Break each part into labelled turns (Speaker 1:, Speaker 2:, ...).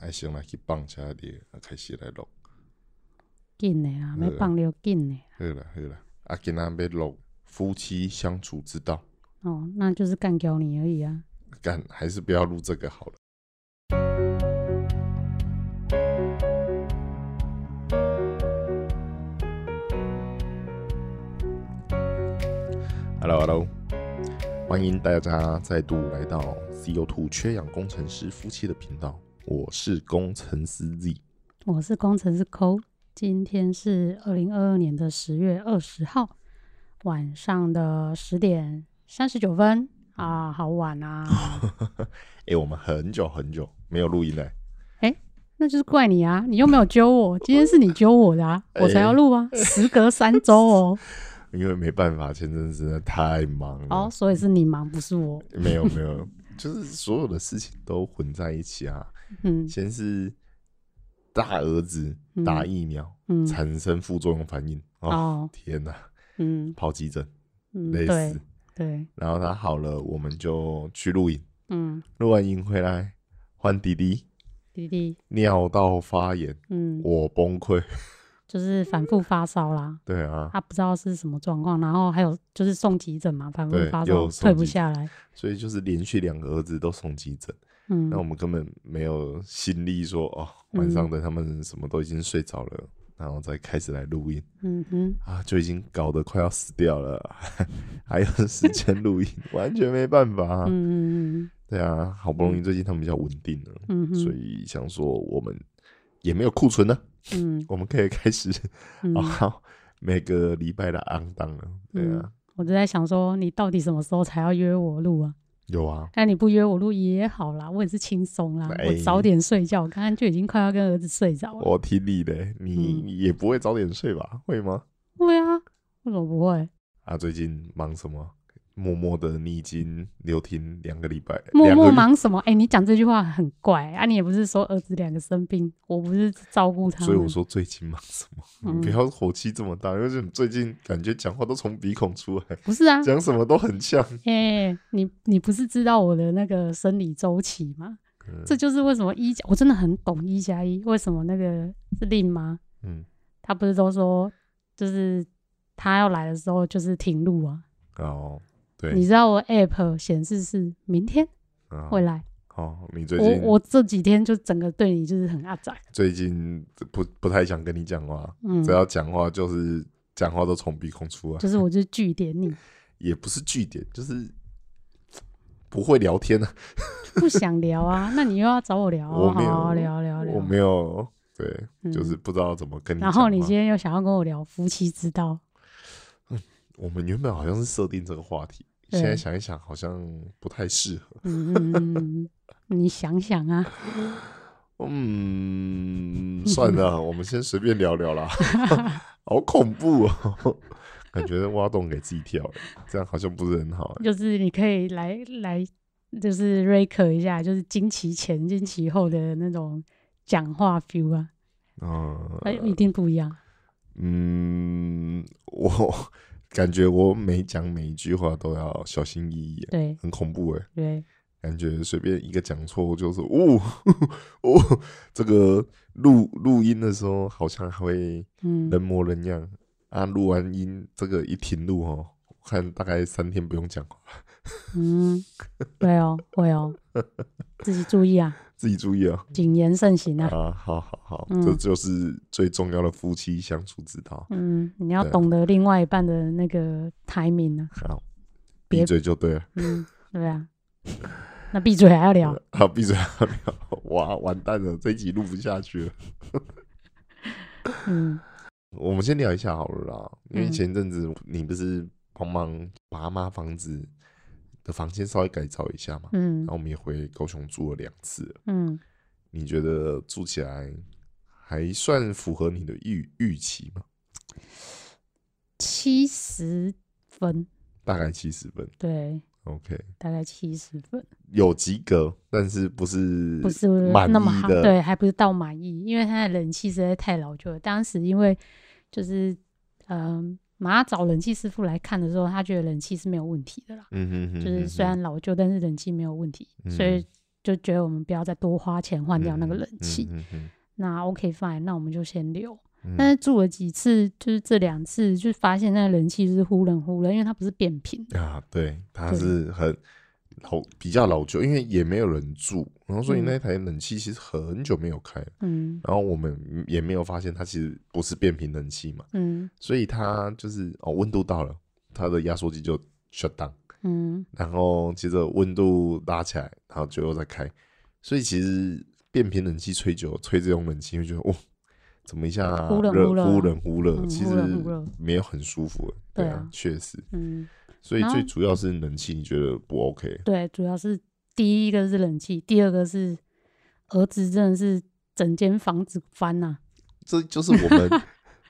Speaker 1: 爱先哎来去放车咧，啊开始来录。
Speaker 2: 紧的啊，要放了紧的。
Speaker 1: 好啦好啦，啊今仔要录夫妻相处之道，
Speaker 2: 哦，那就是干掉你而已啊。
Speaker 1: 干还是不要录这个好了。Hello Hello，欢迎大家再度来到 CO2 缺氧工程师夫妻的频道，我是工程师 Z。
Speaker 2: 我是工程师 Co，今天是二零二二年的十月二十号晚上的十点三十九分啊，好晚啊，
Speaker 1: 哎、我们很久很久没有录音嘞、
Speaker 2: 那就是怪你啊，你又没有揪我，今天是你揪我的啊，
Speaker 1: 哎
Speaker 2: 我才要 录啊，时隔三周哦，
Speaker 1: 因为没办法，前阵子真的太忙了。
Speaker 2: 哦，所以是你忙，不是我，
Speaker 1: 没有没 有，就是所有的事情都混在一起啊。
Speaker 2: 嗯
Speaker 1: 先是大儿子
Speaker 2: 嗯
Speaker 1: 打疫苗、
Speaker 2: 嗯，
Speaker 1: 产生副作用反应，哦，
Speaker 2: 哦，
Speaker 1: 天哪，
Speaker 2: 嗯
Speaker 1: 跑急诊，
Speaker 2: 嗯，
Speaker 1: 累
Speaker 2: 对
Speaker 1: 死。
Speaker 2: 对，
Speaker 1: 然后他好了，我们就去录影，
Speaker 2: 嗯，
Speaker 1: 录完影回来换弟弟，
Speaker 2: 弟弟，
Speaker 1: 尿道发炎，
Speaker 2: 嗯，
Speaker 1: 我崩溃。
Speaker 2: 就是反复发烧啦。
Speaker 1: 对啊，
Speaker 2: 他不知道是什么状况，然后还有就是送急诊嘛，反复
Speaker 1: 对
Speaker 2: 发
Speaker 1: 又
Speaker 2: 烧
Speaker 1: 送
Speaker 2: 退不
Speaker 1: 急
Speaker 2: 下来。
Speaker 1: 所以就是连续两个儿子都送急诊，
Speaker 2: 嗯嗯
Speaker 1: 那我们根本没有心力说哦，晚上等他们什么都已经睡着了，然后再开始来录音。
Speaker 2: 嗯哼，
Speaker 1: 啊，就已经搞得快要死掉了， 还有时间录音，完全没办法、啊。
Speaker 2: 嗯嗯
Speaker 1: 对啊，好不容易最近他们比较稳定了，
Speaker 2: 嗯哼，
Speaker 1: 所以想说我们也没有库存了，
Speaker 2: 嗯
Speaker 1: 我们可以开始
Speaker 2: 嗯
Speaker 1: 啊、，每个礼拜的昂当了。对啊，
Speaker 2: 我就在想说，你到底什么时候才要约我录啊？
Speaker 1: 有啊，
Speaker 2: 但你不约我录也好啦，我也是轻松啦，
Speaker 1: 哎哦
Speaker 2: 我早点睡觉，我刚刚就已经快要跟儿子睡着了。
Speaker 1: 我听你的，
Speaker 2: 嗯
Speaker 1: 你也不会早点睡吧？会吗？
Speaker 2: 对啊，为什么不会？
Speaker 1: 啊，最近忙什么？默默的，你已经留停两个礼拜，
Speaker 2: 默
Speaker 1: 两个
Speaker 2: 默
Speaker 1: 月
Speaker 2: 忙什么？哎、你讲这句话很怪啊！你也不是说儿子两个生病，我不是照顾他
Speaker 1: 所以我
Speaker 2: 们
Speaker 1: 说最近忙什么？
Speaker 2: 嗯
Speaker 1: 你不要火气这么大，因为你最近感觉讲话都从鼻孔出来，
Speaker 2: 不是啊，
Speaker 1: 讲什么都很像。
Speaker 2: 哎、你你不是知道我的那个生理周期吗？
Speaker 1: 嗯
Speaker 2: 这就是为什么一加，我真的很懂一加一。为什么那个是令妈，
Speaker 1: 嗯
Speaker 2: 她不是都说，就是她要来的时候就是停录啊？
Speaker 1: 哦，
Speaker 2: 你
Speaker 1: 对，
Speaker 2: 知道我 app 显示是明天
Speaker 1: 嗯
Speaker 2: 会来，
Speaker 1: 哦，你最
Speaker 2: 我
Speaker 1: 近
Speaker 2: 我这几天就整个对你就是很阿宅，
Speaker 1: 最近不不太想跟你讲话，
Speaker 2: 嗯
Speaker 1: 只，要讲话就是讲话都从鼻孔出来，
Speaker 2: 就是我就是据点你，
Speaker 1: 也不是据点，就是不会聊天啊。
Speaker 2: 不想聊啊，那你又要找我聊啊，
Speaker 1: 我没有
Speaker 2: 好好聊聊
Speaker 1: 我
Speaker 2: 聊，
Speaker 1: 没有，对，
Speaker 2: 嗯
Speaker 1: 就是不知道怎么跟你讲
Speaker 2: 然
Speaker 1: 话。
Speaker 2: 后你今天又想要跟我聊夫妻之道，
Speaker 1: 我们原本好像是设定这个话题，
Speaker 2: 对
Speaker 1: 现在想一想好像不太适合。
Speaker 2: 嗯嗯嗯嗯，嗯你想想啊，
Speaker 1: 嗯， 算了，我们先随便聊 聊啦。好恐怖哦，感觉挖洞给自己跳了，这样好像不是很好欸。
Speaker 2: 就是你可以来来，就是 r e c 一下，就是惊奇前、惊奇后的那种讲话 feel 啊，
Speaker 1: 嗯
Speaker 2: 哎、一定不一样。
Speaker 1: 嗯，我感觉我每讲每一句话都要小心翼翼欸，
Speaker 2: 对
Speaker 1: 很恐怖哎。
Speaker 2: 对，
Speaker 1: 感觉随便一个讲错就是哦 哦，这个录录音的时候好像还会
Speaker 2: 嗯，
Speaker 1: 人模人样啊。录完音这个一停录哦，我看大概三天不用讲话。
Speaker 2: 嗯，对哦，会哦，自己注意啊，
Speaker 1: 自己注意啊！
Speaker 2: 谨言慎行啊。
Speaker 1: 啊，好好好，
Speaker 2: 嗯
Speaker 1: 这就是最重要的夫妻相处之道。
Speaker 2: 嗯，你要
Speaker 1: 对
Speaker 2: 懂得另外一半的那个 timing 啊。
Speaker 1: 好，
Speaker 2: 别
Speaker 1: 闭嘴就对了。
Speaker 2: 嗯，对啊。那闭嘴还要聊，
Speaker 1: 好，啊闭嘴好了。哇，完蛋了，这一集录不下去了。
Speaker 2: 嗯
Speaker 1: 我们先聊一下好了啦，因为
Speaker 2: 嗯
Speaker 1: 前阵子你不是帮忙把阿妈房子的房间稍微改造一下嘛，
Speaker 2: 嗯
Speaker 1: 然后我们也回高雄住了两次了。
Speaker 2: 嗯，
Speaker 1: 你觉得住起来还算符合你的预预期吗？
Speaker 2: 七十分，
Speaker 1: 大概七十分
Speaker 2: 对，
Speaker 1: ，OK，
Speaker 2: 大概七十分。
Speaker 1: 有及格，但是不是
Speaker 2: 不是
Speaker 1: 满
Speaker 2: 那么
Speaker 1: 意
Speaker 2: 好，
Speaker 1: 的
Speaker 2: 对，还不是到满意，因为它的冷气实在太老旧了。当时因为就是嗯，马上找冷气师傅来看的时候，他觉得冷气是没有问题的啦，
Speaker 1: 嗯哼哼哼哼，嗯
Speaker 2: 就是虽然老旧，但是冷气没有问题，所以就觉得我们不要再多花钱换掉那个冷气。
Speaker 1: 嗯嗯
Speaker 2: 那 OK fine，那我们就先留。
Speaker 1: 嗯
Speaker 2: 但是住了几次，就是这两次，就发现那个冷气就是忽冷忽热，因为它不是变频
Speaker 1: 嗯
Speaker 2: 的。
Speaker 1: 啊，对，它
Speaker 2: 对
Speaker 1: 是很老比较老旧，因为也没有人住，然后所以
Speaker 2: 嗯
Speaker 1: 那台冷气其实很久没有开，
Speaker 2: 嗯
Speaker 1: 然后我们也没有发现它其实不是变频冷气嘛，
Speaker 2: 嗯
Speaker 1: 所以它就是哦温度到了，它的压缩机就 shut down，
Speaker 2: 嗯
Speaker 1: 然后接着温度拉起来，然后就又再开，所以其实变频冷气吹久，吹这种冷气会觉得哦，怎么一下
Speaker 2: 忽冷
Speaker 1: 热
Speaker 2: 忽热
Speaker 1: 忽冷忽热，
Speaker 2: 嗯
Speaker 1: 其
Speaker 2: 忽
Speaker 1: 实
Speaker 2: 冷忽热
Speaker 1: 没有很舒服。
Speaker 2: 对啊
Speaker 1: 啊，确实，
Speaker 2: 嗯，
Speaker 1: 所以
Speaker 2: 然后
Speaker 1: 最主要是冷气，你觉得不 OK？
Speaker 2: 对，主要是第一个是冷气，第二个是儿子真的是整间房子翻呐、
Speaker 1: 这就是我 们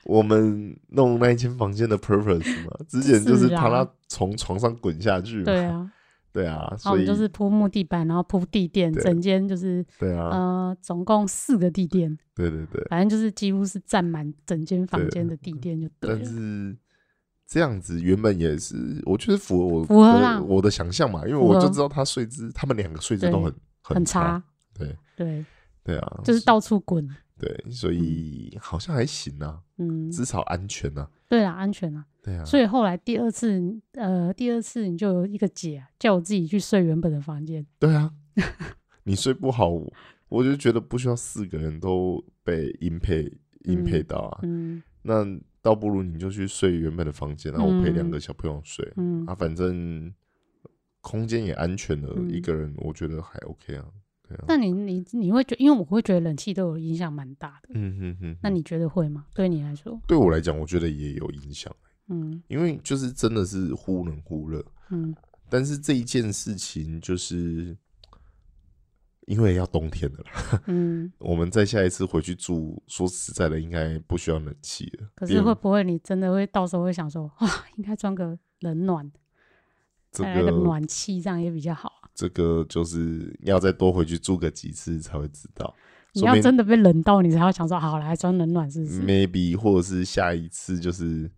Speaker 1: 我们弄那一间房间的 purpose 嘛，之前就是
Speaker 2: 是啊
Speaker 1: 怕他从床上滚下去嘛，
Speaker 2: 对啊，
Speaker 1: 对啊，
Speaker 2: 然后
Speaker 1: 所以
Speaker 2: 我们就是铺木地板，然后铺地垫，
Speaker 1: 对
Speaker 2: 整间就是
Speaker 1: 对啊，
Speaker 2: 呃，总共四个地垫，
Speaker 1: 对对对，
Speaker 2: 反正就是几乎是占满整间房
Speaker 1: 对
Speaker 2: 间的地垫就对
Speaker 1: 但
Speaker 2: 了。
Speaker 1: 是这样子原本也是，我觉得符合我
Speaker 2: 符合
Speaker 1: 的
Speaker 2: 啦
Speaker 1: 我的想象嘛，因为
Speaker 2: 符合
Speaker 1: 我就知道他睡姿，他们两个睡姿都
Speaker 2: 对
Speaker 1: 很
Speaker 2: 很
Speaker 1: 差，
Speaker 2: 差，
Speaker 1: 对
Speaker 2: 对，
Speaker 1: 对啊，
Speaker 2: 就是到处滚。
Speaker 1: 对，所以好像还行啊，
Speaker 2: 嗯，
Speaker 1: 至少安全啊，
Speaker 2: 对啦，安全啦。
Speaker 1: 对啊，
Speaker 2: 所以后来第二次，呃，第二次你就有一个姐啊、叫我自己去睡原本的房间。
Speaker 1: 对啊， 你睡不好，我就觉得不需要四个人都被音配音配到啊，
Speaker 2: 嗯
Speaker 1: 那倒不如你就去睡原本的房间，然后我陪两
Speaker 2: 嗯
Speaker 1: 个小朋友睡
Speaker 2: 嗯，
Speaker 1: 啊，反正空间也安全了，
Speaker 2: 嗯
Speaker 1: 一个人我觉得还 OK 啊。对啊。
Speaker 2: 那你你你会觉因为我会觉得冷气对我影响蛮大的。
Speaker 1: 嗯哼哼，
Speaker 2: 那你觉得会吗？对你来说，
Speaker 1: 对我来讲，我觉得也有影响，
Speaker 2: 嗯
Speaker 1: 因为就是真的是忽冷忽热。
Speaker 2: 嗯
Speaker 1: 但是这一件事情，就是因为要冬天了啦，
Speaker 2: 嗯。
Speaker 1: 我们再下一次回去住，说实在的，应该不需要冷气了。
Speaker 2: 可
Speaker 1: 因
Speaker 2: 是
Speaker 1: 为
Speaker 2: 会不会你真的会到时候会想说，哇，应该装个冷暖，
Speaker 1: 这
Speaker 2: 再来哎个
Speaker 1: 个
Speaker 2: 暖气，这样也比较好啊。
Speaker 1: 这个就是要再多回去住个几次才会知道。
Speaker 2: 你
Speaker 1: 说
Speaker 2: 要
Speaker 1: 明
Speaker 2: 真的被冷到，你才要想说，好来装冷暖是不是？
Speaker 1: maybe 或者是下一次就是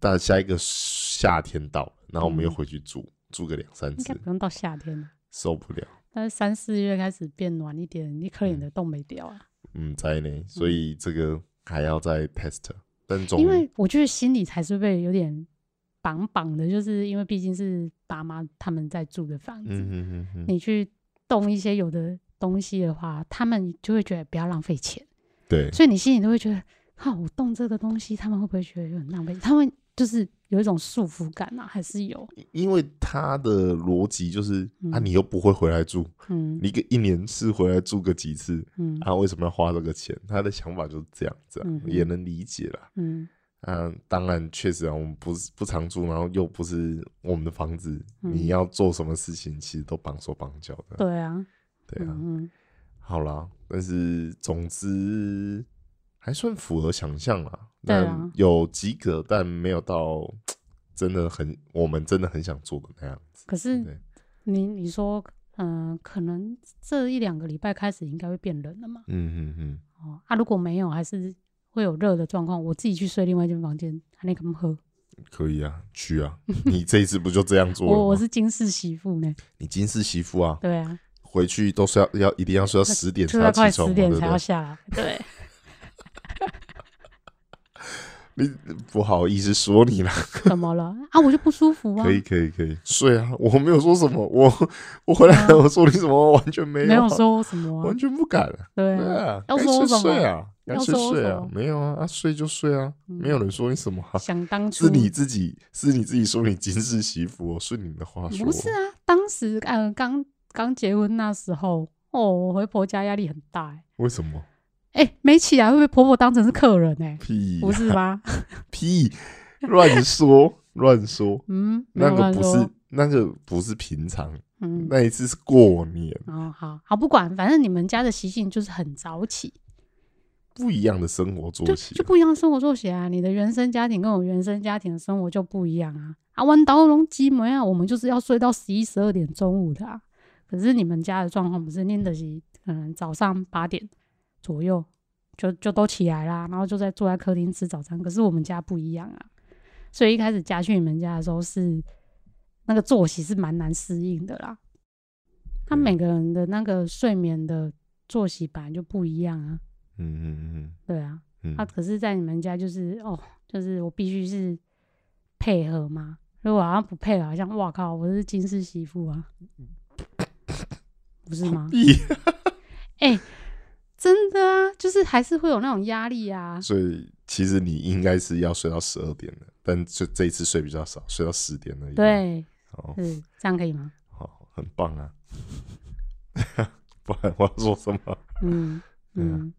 Speaker 1: 大下一个夏天到了，然后我们又
Speaker 2: 嗯
Speaker 1: 回去住、住个两三
Speaker 2: 应该
Speaker 1: 次，
Speaker 2: 不用到夏天了，
Speaker 1: 受不了。
Speaker 2: 但是三四月开始变暖一点，你可怜的冻没掉啊。
Speaker 1: 嗯，在呢，所以这个还要再 test。但总
Speaker 2: 因为我觉得心里还是会有点绑绑的，就是因为毕竟是爸妈他们在住的房子，
Speaker 1: 嗯哼哼哼，
Speaker 2: 你去动一些有的东西的话，他们就会觉得不要浪费钱，
Speaker 1: 对
Speaker 2: 所以你心里都会觉得，哈，我动这个东西，他们会不会觉得有点浪费？他们就是有一种束缚感啊，还是有，
Speaker 1: 因为他的逻辑就是、啊，
Speaker 2: 嗯
Speaker 1: 你又不会回来住，
Speaker 2: 嗯
Speaker 1: 你一个一年是回来住个几次
Speaker 2: 嗯
Speaker 1: 啊？为什么要花这个钱？他的想法就是这样子、啊，
Speaker 2: 嗯哼
Speaker 1: 也能理解啦。
Speaker 2: 嗯
Speaker 1: 啊，当然确实啊，我们不是不常住，然后又不是我们的房子，
Speaker 2: 嗯
Speaker 1: 你要做什么事情其实都绑手绑脚的。
Speaker 2: 对啊，
Speaker 1: 对啊，
Speaker 2: 嗯嗯
Speaker 1: 好啦，但是总之还算符合想象啦。
Speaker 2: 对啊
Speaker 1: 但有及格，但没有到真的很我们真的很想做的那样子。
Speaker 2: 可是
Speaker 1: 对，
Speaker 2: 你你说，嗯、可能这一两个礼拜开始应该会变冷了嘛？
Speaker 1: 嗯嗯嗯，
Speaker 2: 哦，啊，如果没有，还是会有热的状况，我自己去睡另外一间房间，啊还那个喝。
Speaker 1: 可以啊，去 啊！你这一次不就这样做了吗？
Speaker 2: 我我是金氏媳妇呢，
Speaker 1: 你金氏媳妇啊，
Speaker 2: 对啊，
Speaker 1: 回去都是要要一定要睡到十点才
Speaker 2: 就
Speaker 1: 要
Speaker 2: 要快
Speaker 1: 起床
Speaker 2: 十
Speaker 1: 嘛，
Speaker 2: 点
Speaker 1: 对不
Speaker 2: 才
Speaker 1: 对
Speaker 2: 要？下来，对，
Speaker 1: 不好意思说你啦，
Speaker 2: 怎么了？啊，我就不舒服啊
Speaker 1: 可，以可以可以，睡啊！我没有说什么，我我回来了，我说你什么完全没有啊，
Speaker 2: 啊没有说什么、啊
Speaker 1: 完，全不敢啊。
Speaker 2: 对
Speaker 1: 对
Speaker 2: 啊，
Speaker 1: 啊，
Speaker 2: 要
Speaker 1: 该睡
Speaker 2: 说什么
Speaker 1: 睡啊，该
Speaker 2: 要
Speaker 1: 睡
Speaker 2: 说
Speaker 1: 睡
Speaker 2: 什
Speaker 1: 啊
Speaker 2: 么，嗯
Speaker 1: 没有啊，啊睡就睡啊，没有人说你什么啊、
Speaker 2: 想当初
Speaker 1: 是你自己是你自己说你金氏媳妇、哦，是你的话说，
Speaker 2: 不是啊，当时呃刚刚结婚那时候，哦，我回婆家压力很大、欸，
Speaker 1: 为什么？
Speaker 2: 哎、没起来会被婆婆当成是客人 哎、
Speaker 1: 屁
Speaker 2: 不是吧？
Speaker 1: 屁，乱说乱说，
Speaker 2: 嗯， 没
Speaker 1: 那
Speaker 2: 有
Speaker 1: 个
Speaker 2: 乱
Speaker 1: 不
Speaker 2: 说
Speaker 1: 是那个不是平常，
Speaker 2: 嗯，
Speaker 1: 那一次是过年，
Speaker 2: 哦，好好不管，反正你们家的习性就是很早起，
Speaker 1: 不一样的生活作
Speaker 2: 就
Speaker 1: 息
Speaker 2: 就。不一样的生活作息啊。你的原生家庭跟我原生家庭的生活就不一样啊。啊，玩刀龙鸡门啊，我们就是要睡到十一十二点中午的啊。可是你们家的状况不是，您的是可能早上八点左右就就都起来啦，然后就在坐在客厅吃早餐。可是我们家不一样啊，所以一开始嫁去你们家的时候是那个作息是蛮难适应的啦。他
Speaker 1: 对啊
Speaker 2: 每个人的那个睡眠的作息本来就不一样啊，
Speaker 1: 嗯嗯
Speaker 2: 对啊，
Speaker 1: 嗯嗯
Speaker 2: 啊，
Speaker 1: 嗯，
Speaker 2: 可是，在你们家就是哦，就是我必须是配合嘛，如果好像不配合，好像哇靠，我是金氏媳妇啊，不是吗？
Speaker 1: 咦
Speaker 2: 真的啊，就是还是会有那种压力啊，
Speaker 1: 所以其实你应该是要睡到十二点的，但这这一次睡比较少，睡到十点而已。，
Speaker 2: 对，
Speaker 1: 哦，
Speaker 2: 是这样可以吗？
Speaker 1: 好，很棒啊！ 不然我要说什么？
Speaker 2: 嗯
Speaker 1: 对啊
Speaker 2: 嗯，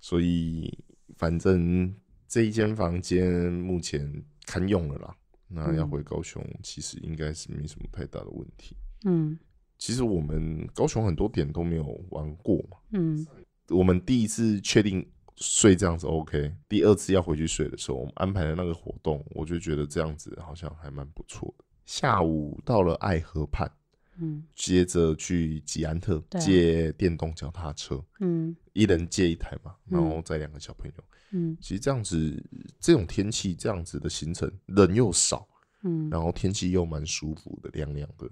Speaker 1: 所以反正这一间房间目前堪用了啦。那要
Speaker 2: 嗯
Speaker 1: 回高雄，其实应该是没什么太大的问题。
Speaker 2: 嗯
Speaker 1: 其实我们高雄很多点都没有玩过嘛。
Speaker 2: 嗯
Speaker 1: 我们第一次确定睡这样子 OK，第二次要回去睡的时候，我们安排的那个活动，我就觉得这样子好像还蛮不错的。下午到了爱河畔，
Speaker 2: 嗯
Speaker 1: 接着去吉安特
Speaker 2: 对啊
Speaker 1: 借电动脚踏车，
Speaker 2: 嗯
Speaker 1: 一人借一台嘛，
Speaker 2: 嗯
Speaker 1: 然后再两个小朋友。
Speaker 2: 嗯
Speaker 1: 其实这样子，这种天气这样子的行程，人又少，
Speaker 2: 嗯，
Speaker 1: 然后天气又蛮舒服的，凉凉的，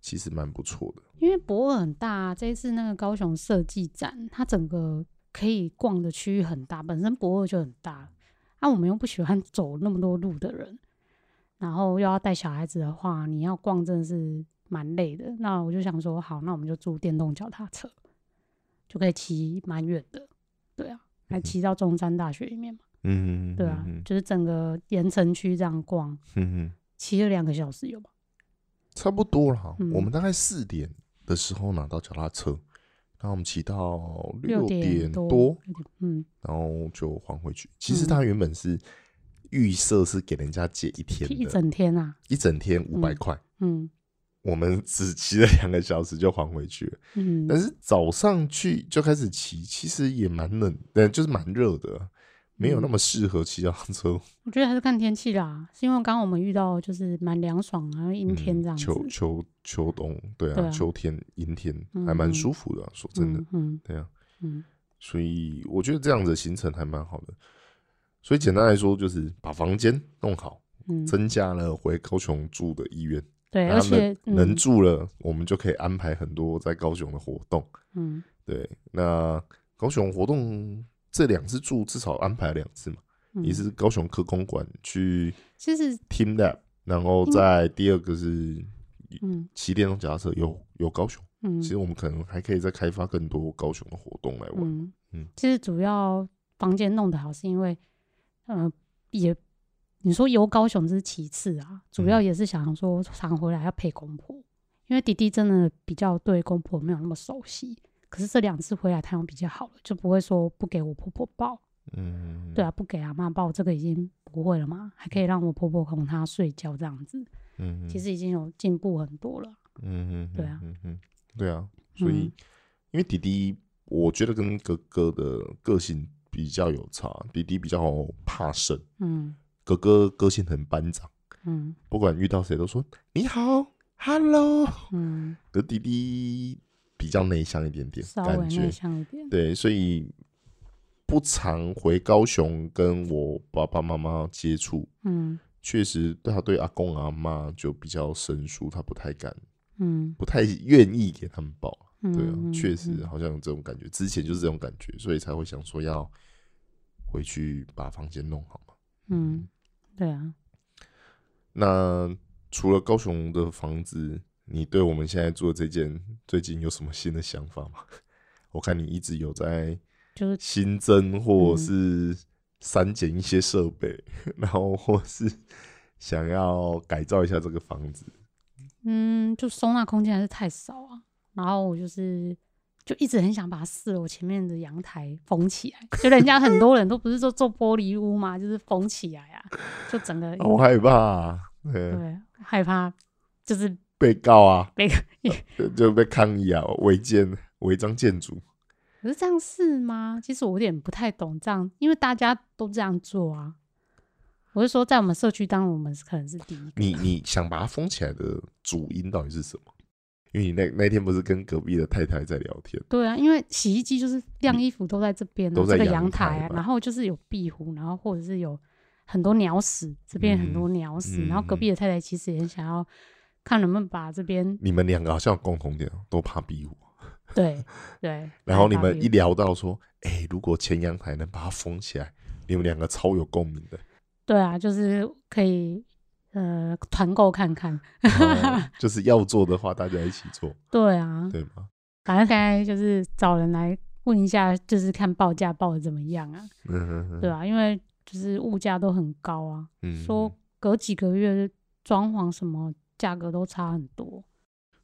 Speaker 1: 其实蛮不错的。
Speaker 2: 因为博尔很大、啊，这一次那个高雄设计展，它整个可以逛的区域很大，本身博尔就很大，啊，我们又不喜欢走那么多路的人，然后又要带小孩子的话，你要逛真的是蛮累的。那我就想说，好，那我们就租电动脚踏车，就可以骑蛮远的，对啊，还骑到中山大学里面嘛，
Speaker 1: 嗯，
Speaker 2: 对啊，
Speaker 1: 嗯
Speaker 2: 就是整个盐城区这样逛，
Speaker 1: 嗯嗯
Speaker 2: 骑了两个小时有吧？
Speaker 1: 差不多啦，
Speaker 2: 嗯
Speaker 1: 我们大概四点的时候拿到脚踏车，然后我们骑到
Speaker 2: 六
Speaker 1: 点
Speaker 2: 多，
Speaker 1: 多，
Speaker 2: 嗯六点嗯
Speaker 1: 然后就还回去。其实它原本是预设是给人家借一天的，
Speaker 2: 一整天啊，
Speaker 1: 一整天五百块，
Speaker 2: 嗯
Speaker 1: 我们只骑了两个小时就还回去了。
Speaker 2: 嗯，
Speaker 1: 但是早上去就开始骑，其实也蛮冷，但就是蛮热的，没有那
Speaker 2: 嗯
Speaker 1: 么适合骑脚踏车。
Speaker 2: 我觉得还是看天气啦，是因为刚刚我们遇到就是蛮凉爽啊， 阴天这样
Speaker 1: 嗯
Speaker 2: 子，
Speaker 1: 秋秋秋冬，对
Speaker 2: 对啊
Speaker 1: 啊，秋天阴天
Speaker 2: 嗯
Speaker 1: 还蛮
Speaker 2: 嗯
Speaker 1: 舒服的啊，说真的，
Speaker 2: 嗯
Speaker 1: 对啊。
Speaker 2: 嗯
Speaker 1: 所以我觉得这样子的行程还蛮好的。所以简单来说，就是把房间弄好，
Speaker 2: 嗯嗯，
Speaker 1: 增加了回高雄住的啊意愿。
Speaker 2: 对，
Speaker 1: 那
Speaker 2: 而
Speaker 1: 他们
Speaker 2: 且嗯
Speaker 1: 能住了，我们就可以安排很多在高雄的活动。
Speaker 2: 嗯
Speaker 1: 对，那高雄活动这两次住至少安排了两次嘛，
Speaker 2: 嗯，
Speaker 1: 一次是高雄科工馆去
Speaker 2: 其实
Speaker 1: Team Lab，然后再第二个是
Speaker 2: 嗯
Speaker 1: 骑电动脚踏车有有高雄。
Speaker 2: 嗯
Speaker 1: 其实我们可能还可以再开发更多高雄的活动来玩。
Speaker 2: 嗯
Speaker 1: 嗯
Speaker 2: 其实主要房间弄得好是因为呃也你说游高雄这是其次啊，主要
Speaker 1: 嗯
Speaker 2: 也是想说常回来要陪公婆，因为弟弟真的比较对公婆没有那么熟悉，可是这两次回来他有比较好了，就不会说不给我婆婆抱。
Speaker 1: 嗯，
Speaker 2: 对啊，不给阿妈抱，这个已经不会了嘛，还可以让我婆婆哄她睡觉这样子，
Speaker 1: 嗯，嗯
Speaker 2: 其实已经有进步很多了。
Speaker 1: 嗯嗯，
Speaker 2: 对啊
Speaker 1: 嗯嗯，对啊，所以、
Speaker 2: 嗯
Speaker 1: 因为弟弟，我觉得跟哥哥的个性比较有差，弟弟比较怕生，
Speaker 2: 嗯
Speaker 1: 哥哥个性很班长，
Speaker 2: 嗯
Speaker 1: 不管遇到谁都说你好，hello，
Speaker 2: 嗯，
Speaker 1: 可弟弟比较内向一点点，
Speaker 2: 稍微
Speaker 1: 感
Speaker 2: 内
Speaker 1: 觉
Speaker 2: 向一点。
Speaker 1: 对，所以不常回高雄跟我爸爸妈妈接触。
Speaker 2: 嗯
Speaker 1: 确实，他对阿公阿妈就比较生疏，他不太敢，
Speaker 2: 嗯
Speaker 1: 不太愿意给他们抱。
Speaker 2: 嗯，
Speaker 1: 对啊，确实
Speaker 2: 嗯
Speaker 1: 好像有这种感觉，之前就是这种感觉，所以才会想说要回去把房间弄好嘛。
Speaker 2: 嗯，对啊，
Speaker 1: 那除了高雄的房子，你对我们现在做这件最近有什么新的想法吗？ 我看你一直有在
Speaker 2: 就是
Speaker 1: 新增或是删减一些设备，然后或是想要改造一下这个房子。
Speaker 2: 嗯，就收纳空间还是太少啊。然后我就是就一直很想把四楼前面的阳台封起来，就人家很多人都不是说做玻璃屋嘛，就是封起来啊，就整个
Speaker 1: 啊我害怕、啊，嗯，
Speaker 2: 对害怕就是
Speaker 1: 被告啊，
Speaker 2: 被
Speaker 1: 就就被抗议啊，违建、违章建筑。
Speaker 2: 可是这样是吗？其实我有点不太懂这样，因为大家都这样做啊。我是说，在我们社区当中，我们是可能是第一个。
Speaker 1: 你你想把它封起来的主因到底是什么？因为你那那天不是跟隔壁的太太在聊天，
Speaker 2: 对啊，因为洗衣机就是晾衣服都在这边、啊，
Speaker 1: 都在
Speaker 2: 这个
Speaker 1: 阳
Speaker 2: 阳
Speaker 1: 台
Speaker 2: 台啊，
Speaker 1: 吧
Speaker 2: 然后就是有壁虎，然后或者是有很多鸟屎，这边很多鸟屎，
Speaker 1: 嗯
Speaker 2: 然后隔壁的太太其实也想要看能不能把这边
Speaker 1: 你们两个好像有共同点哦，都怕壁虎。
Speaker 2: 对对，
Speaker 1: 然后你
Speaker 2: 来把
Speaker 1: 们
Speaker 2: 这
Speaker 1: 一聊到说，哎、如果前阳台能把它封起来，你们两个超有共 鸣的。
Speaker 2: 对啊，就是可以呃团购看看，
Speaker 1: 哦就是要做的话，大家一起做，
Speaker 2: 对啊，
Speaker 1: 对吗？
Speaker 2: 反正现在就是找人来问一下，就是看报价报的怎么样啊，
Speaker 1: 嗯哼哼，
Speaker 2: 对啊，因为就是物价都很高啊，
Speaker 1: 嗯
Speaker 2: 说隔几个月装潢什么价格都差很多。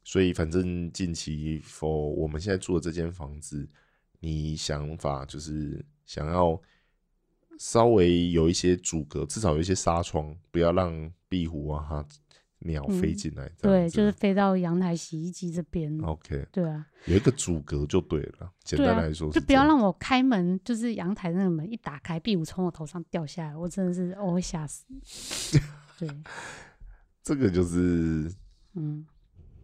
Speaker 1: 所以反正近期否，我们现在住的这间房子，你想法就是想要稍微有一些阻隔，至少有一些纱窗，不要让壁虎啊、哈鸟飞
Speaker 2: 嗯
Speaker 1: 进来。这样
Speaker 2: 对，
Speaker 1: 子哦
Speaker 2: 就是飞到阳台洗衣机这边。
Speaker 1: OK，
Speaker 2: 对啊，
Speaker 1: 有一个阻隔就对了。简
Speaker 2: 对
Speaker 1: 单
Speaker 2: 啊
Speaker 1: 来说是
Speaker 2: 就不
Speaker 1: 这
Speaker 2: 要
Speaker 1: 样
Speaker 2: 让我开门，就是阳台那个门一打开，壁虎从我头上掉下来，我真的是哦我会吓死。 对，
Speaker 1: 这个就是
Speaker 2: 嗯，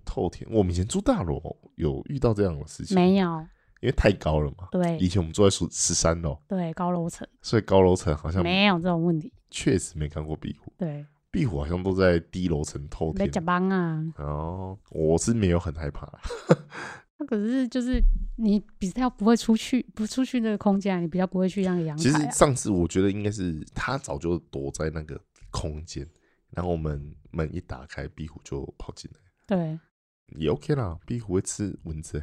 Speaker 1: 透天。我们以前住大楼有遇到这样的事情，
Speaker 2: 没，有，
Speaker 1: 因为太高了嘛。以
Speaker 2: 对
Speaker 1: 前我们住在十十三楼，
Speaker 2: 对，高楼层
Speaker 1: 所以高楼层好像
Speaker 2: 没有这种问题。
Speaker 1: 确实没看过壁虎，
Speaker 2: 对，
Speaker 1: 壁虎好像都在低楼层透
Speaker 2: 没
Speaker 1: 天。
Speaker 2: 假帮啊，
Speaker 1: 哦，我是没有很害怕啦，
Speaker 2: 那可是就是你比较不会出去，不出去那个空间啊，你比较不会去那个阳
Speaker 1: 其实
Speaker 2: 台啊。
Speaker 1: 上次我觉得应该是他早就躲在那个空间，然后我们门一打开，壁虎就跑进来，
Speaker 2: 对，
Speaker 1: 也 OK 啦。壁虎会吃蚊子、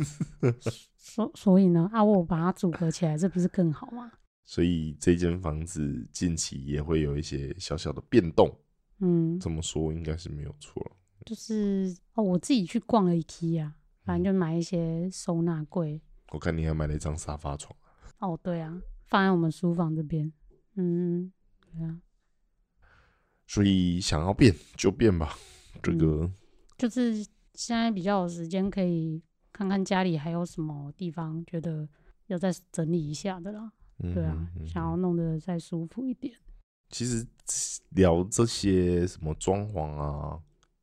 Speaker 1: 欸，
Speaker 2: 所所以呢，啊，我把它组合起来，这不是更好吗？
Speaker 1: 所以这间房子近期也会有一些小小的变动，
Speaker 2: 嗯，
Speaker 1: 这么说应该是没有错了。
Speaker 2: 就是哦，我自己去逛了 IKEA，反啊正就买一些收纳柜。
Speaker 1: 我看你还买了一张沙发床，
Speaker 2: 哦，对啊，放在我们书房这边。嗯，对啊，
Speaker 1: 所以想要变就变吧，这个
Speaker 2: 就是现在比较有时间，可以看看家里还有什么地方觉得要再整理一下的啦。
Speaker 1: 嗯
Speaker 2: 对啊，
Speaker 1: 哼嗯
Speaker 2: 想
Speaker 1: 哼
Speaker 2: 要弄得再舒服一点。
Speaker 1: 其实聊这些什么装潢啊，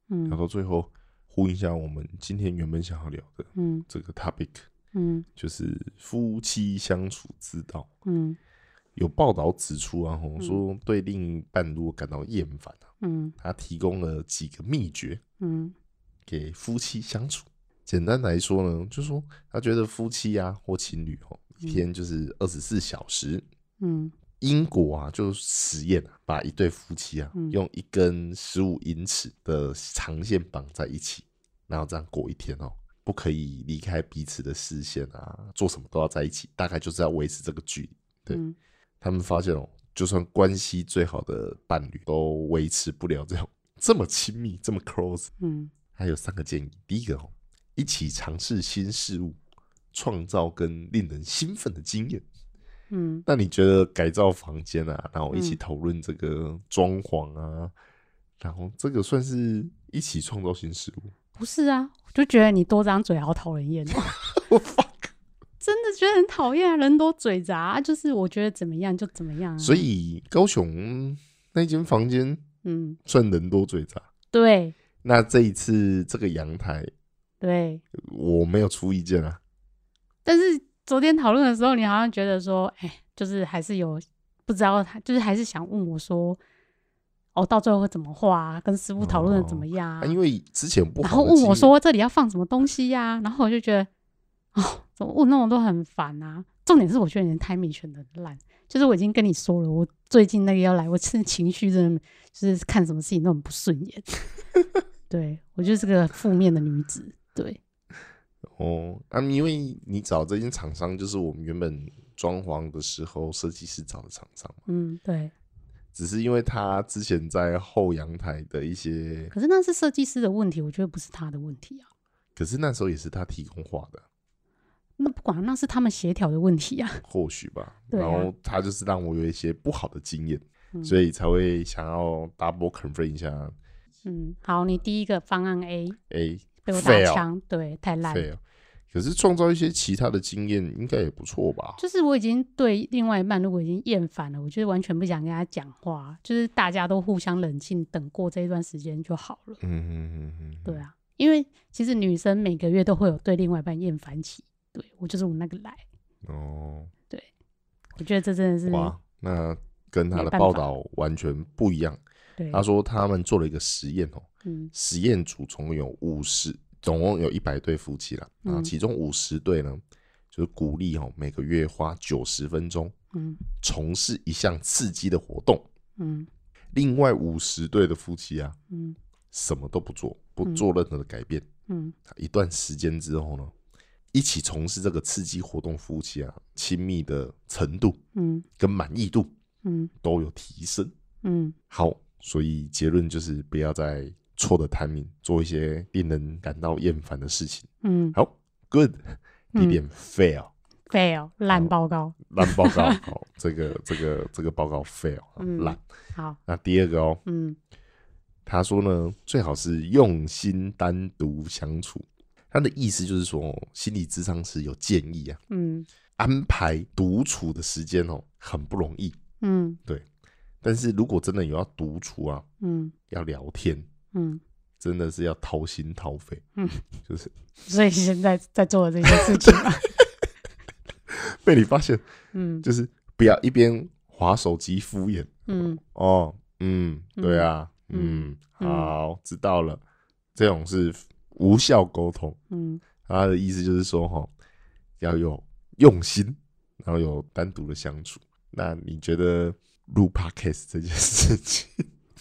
Speaker 1: 聊
Speaker 2: 嗯
Speaker 1: 到最后，呼应一下我们今天原本想要聊的
Speaker 2: 嗯
Speaker 1: 这个 topic，
Speaker 2: 嗯
Speaker 1: 就是夫妻相处之道。
Speaker 2: 嗯
Speaker 1: 有报道指出啊，吼说对另一半如果感到厌烦啊，
Speaker 2: 嗯
Speaker 1: 他提供了几个秘诀
Speaker 2: 嗯
Speaker 1: 给夫妻相处。简单来说呢，就说他觉得夫妻啊或情侣哦，一天就是二十四小时。
Speaker 2: 嗯
Speaker 1: 英国啊，就实验啊，把一对夫妻啊，
Speaker 2: 嗯
Speaker 1: 用一根十五英尺的长线绑在一起，然后这样过一天哦，不可以离开彼此的视线啊，做什么都要在一起，大概就是要维持这个距离。对
Speaker 2: 嗯
Speaker 1: 他们发现哦，就算关系最好的伴侣都维持不了这种这么亲密、这么 close。
Speaker 2: 嗯
Speaker 1: 还有三个建议，第一个哦，一起尝试新事物，创造跟令人兴奋的经验。
Speaker 2: 嗯
Speaker 1: 那你觉得改造房间啊，然后一起
Speaker 2: 嗯
Speaker 1: 讨论这个装潢啊，然后这个算是一起创造新事物。
Speaker 2: 不是啊，我就觉得你多张嘴好讨 人厌哦。
Speaker 1: 我 fuck！
Speaker 2: 真的觉得很讨厌啊，人多嘴杂啊、就是我觉得怎么样就怎么样、啊。
Speaker 1: 所，以高雄那间房间
Speaker 2: 嗯，
Speaker 1: 算人多嘴杂。
Speaker 2: 对
Speaker 1: 那这一次这个阳台
Speaker 2: 对。
Speaker 1: 我没有出意见啊，
Speaker 2: 但是昨天讨论的时候，你好像觉得说，哎、就是还是有不知道他，就是还是想问我说，哦，到最后会怎么画、啊，跟师傅讨论的怎么样啊、
Speaker 1: 啊因为之前有不
Speaker 2: 然
Speaker 1: 好
Speaker 2: 后
Speaker 1: 的
Speaker 2: 问
Speaker 1: 经
Speaker 2: 我
Speaker 1: 验，
Speaker 2: 说这里要放什么东西呀、然后我就觉得，哦，怎么问那种都很烦啊。重点是我觉得你的 timing 选的烂，就是我已经跟你说了，我最近那个要来，我真的情绪真的就是看什么事情都很不顺眼。 对我就是个负面的女子，对，
Speaker 1: 哦，啊，因为你找这间厂商就是我们原本装潢的时候设计师找的厂商嘛，
Speaker 2: 嗯，对。
Speaker 1: 只是因为他之前在后阳台的一些
Speaker 2: 可是那是设计师的问题，我觉得不是他的问题啊。
Speaker 1: 可是那时候也是他提供画的，
Speaker 2: 那不管，那是他们协调的问题啊。
Speaker 1: 或许吧。
Speaker 2: 对
Speaker 1: 然
Speaker 2: 啊
Speaker 1: 后他就是让我有一些不好的经验，
Speaker 2: 嗯
Speaker 1: 所以才会想要 double confirm 一下。
Speaker 2: 嗯，好，你第一个方案 A
Speaker 1: 哎、
Speaker 2: 被我
Speaker 1: f a i
Speaker 2: 打
Speaker 1: l
Speaker 2: 枪，对，太烂
Speaker 1: f
Speaker 2: 了
Speaker 1: a i。l 可是创造一些其他的经验应该也不错吧？
Speaker 2: 就是我已经对另外一半如果已经厌烦了，我就是完全不想跟他讲话，就是大家都互相冷静，等过这一段时间就好了。
Speaker 1: 嗯嗯嗯嗯，
Speaker 2: 对啊，因为其实女生每个月都会有对另外一半厌烦期，对我就是我那个来，
Speaker 1: 哦，
Speaker 2: 我觉得这真的是
Speaker 1: 哇，那跟他
Speaker 2: 嗯没
Speaker 1: 的
Speaker 2: 办
Speaker 1: 报
Speaker 2: 法
Speaker 1: 道完全不一样。
Speaker 2: 对，
Speaker 1: 他说他们做了一个实验哦，
Speaker 2: 嗯
Speaker 1: 实验组总共有五十，总共有一百对夫妻啦，啊，
Speaker 2: 嗯
Speaker 1: 其中五十对呢，就是鼓励哦，每个月花九十分钟
Speaker 2: 嗯
Speaker 1: 从事一项刺激的活动，
Speaker 2: 嗯
Speaker 1: 另外五十对的夫妻啊，
Speaker 2: 嗯
Speaker 1: 什么都不做，不做任何的改变。啊
Speaker 2: 嗯
Speaker 1: 一段时间之后呢，一起从事这个刺激活动夫妻啊，亲密的程度
Speaker 2: 嗯
Speaker 1: 跟满意度
Speaker 2: 嗯
Speaker 1: 都有提升。
Speaker 2: 嗯，
Speaker 1: 好，所以结论就是不要再错的贪名，做一些令人感到厌烦的事情。
Speaker 2: 嗯
Speaker 1: 好，good，
Speaker 2: 嗯
Speaker 1: 地点 fail，
Speaker 2: ，fail 烂报告，
Speaker 1: 烂报告。好，这个这个这个报告 fail 哦
Speaker 2: 嗯
Speaker 1: 烂。
Speaker 2: 好，
Speaker 1: 那第二个哦，
Speaker 2: 嗯
Speaker 1: 他说呢，最好是用心单独相处。他的意思就是说，心理咨商师有建议啊，
Speaker 2: 嗯
Speaker 1: 安排独处的时间哦，很不容易。
Speaker 2: 嗯
Speaker 1: 但是如果真的有要独处啊，
Speaker 2: 嗯
Speaker 1: 要聊天，
Speaker 2: 嗯，
Speaker 1: 真的是要掏心掏肺。
Speaker 2: 嗯，
Speaker 1: 就是
Speaker 2: 所以现在在做的这些事情嘛，
Speaker 1: 被你发现，
Speaker 2: 嗯
Speaker 1: 就是不要一边划手机敷衍
Speaker 2: 嗯
Speaker 1: 哦，嗯，
Speaker 2: 嗯
Speaker 1: 对啊，
Speaker 2: 嗯
Speaker 1: 嗯，
Speaker 2: 嗯
Speaker 1: 好，知道了，这种是无效沟通。
Speaker 2: 嗯
Speaker 1: 他的意思就是说，哈，要有用心，然后有单独的相处。那你觉得录 podcast 这件事情，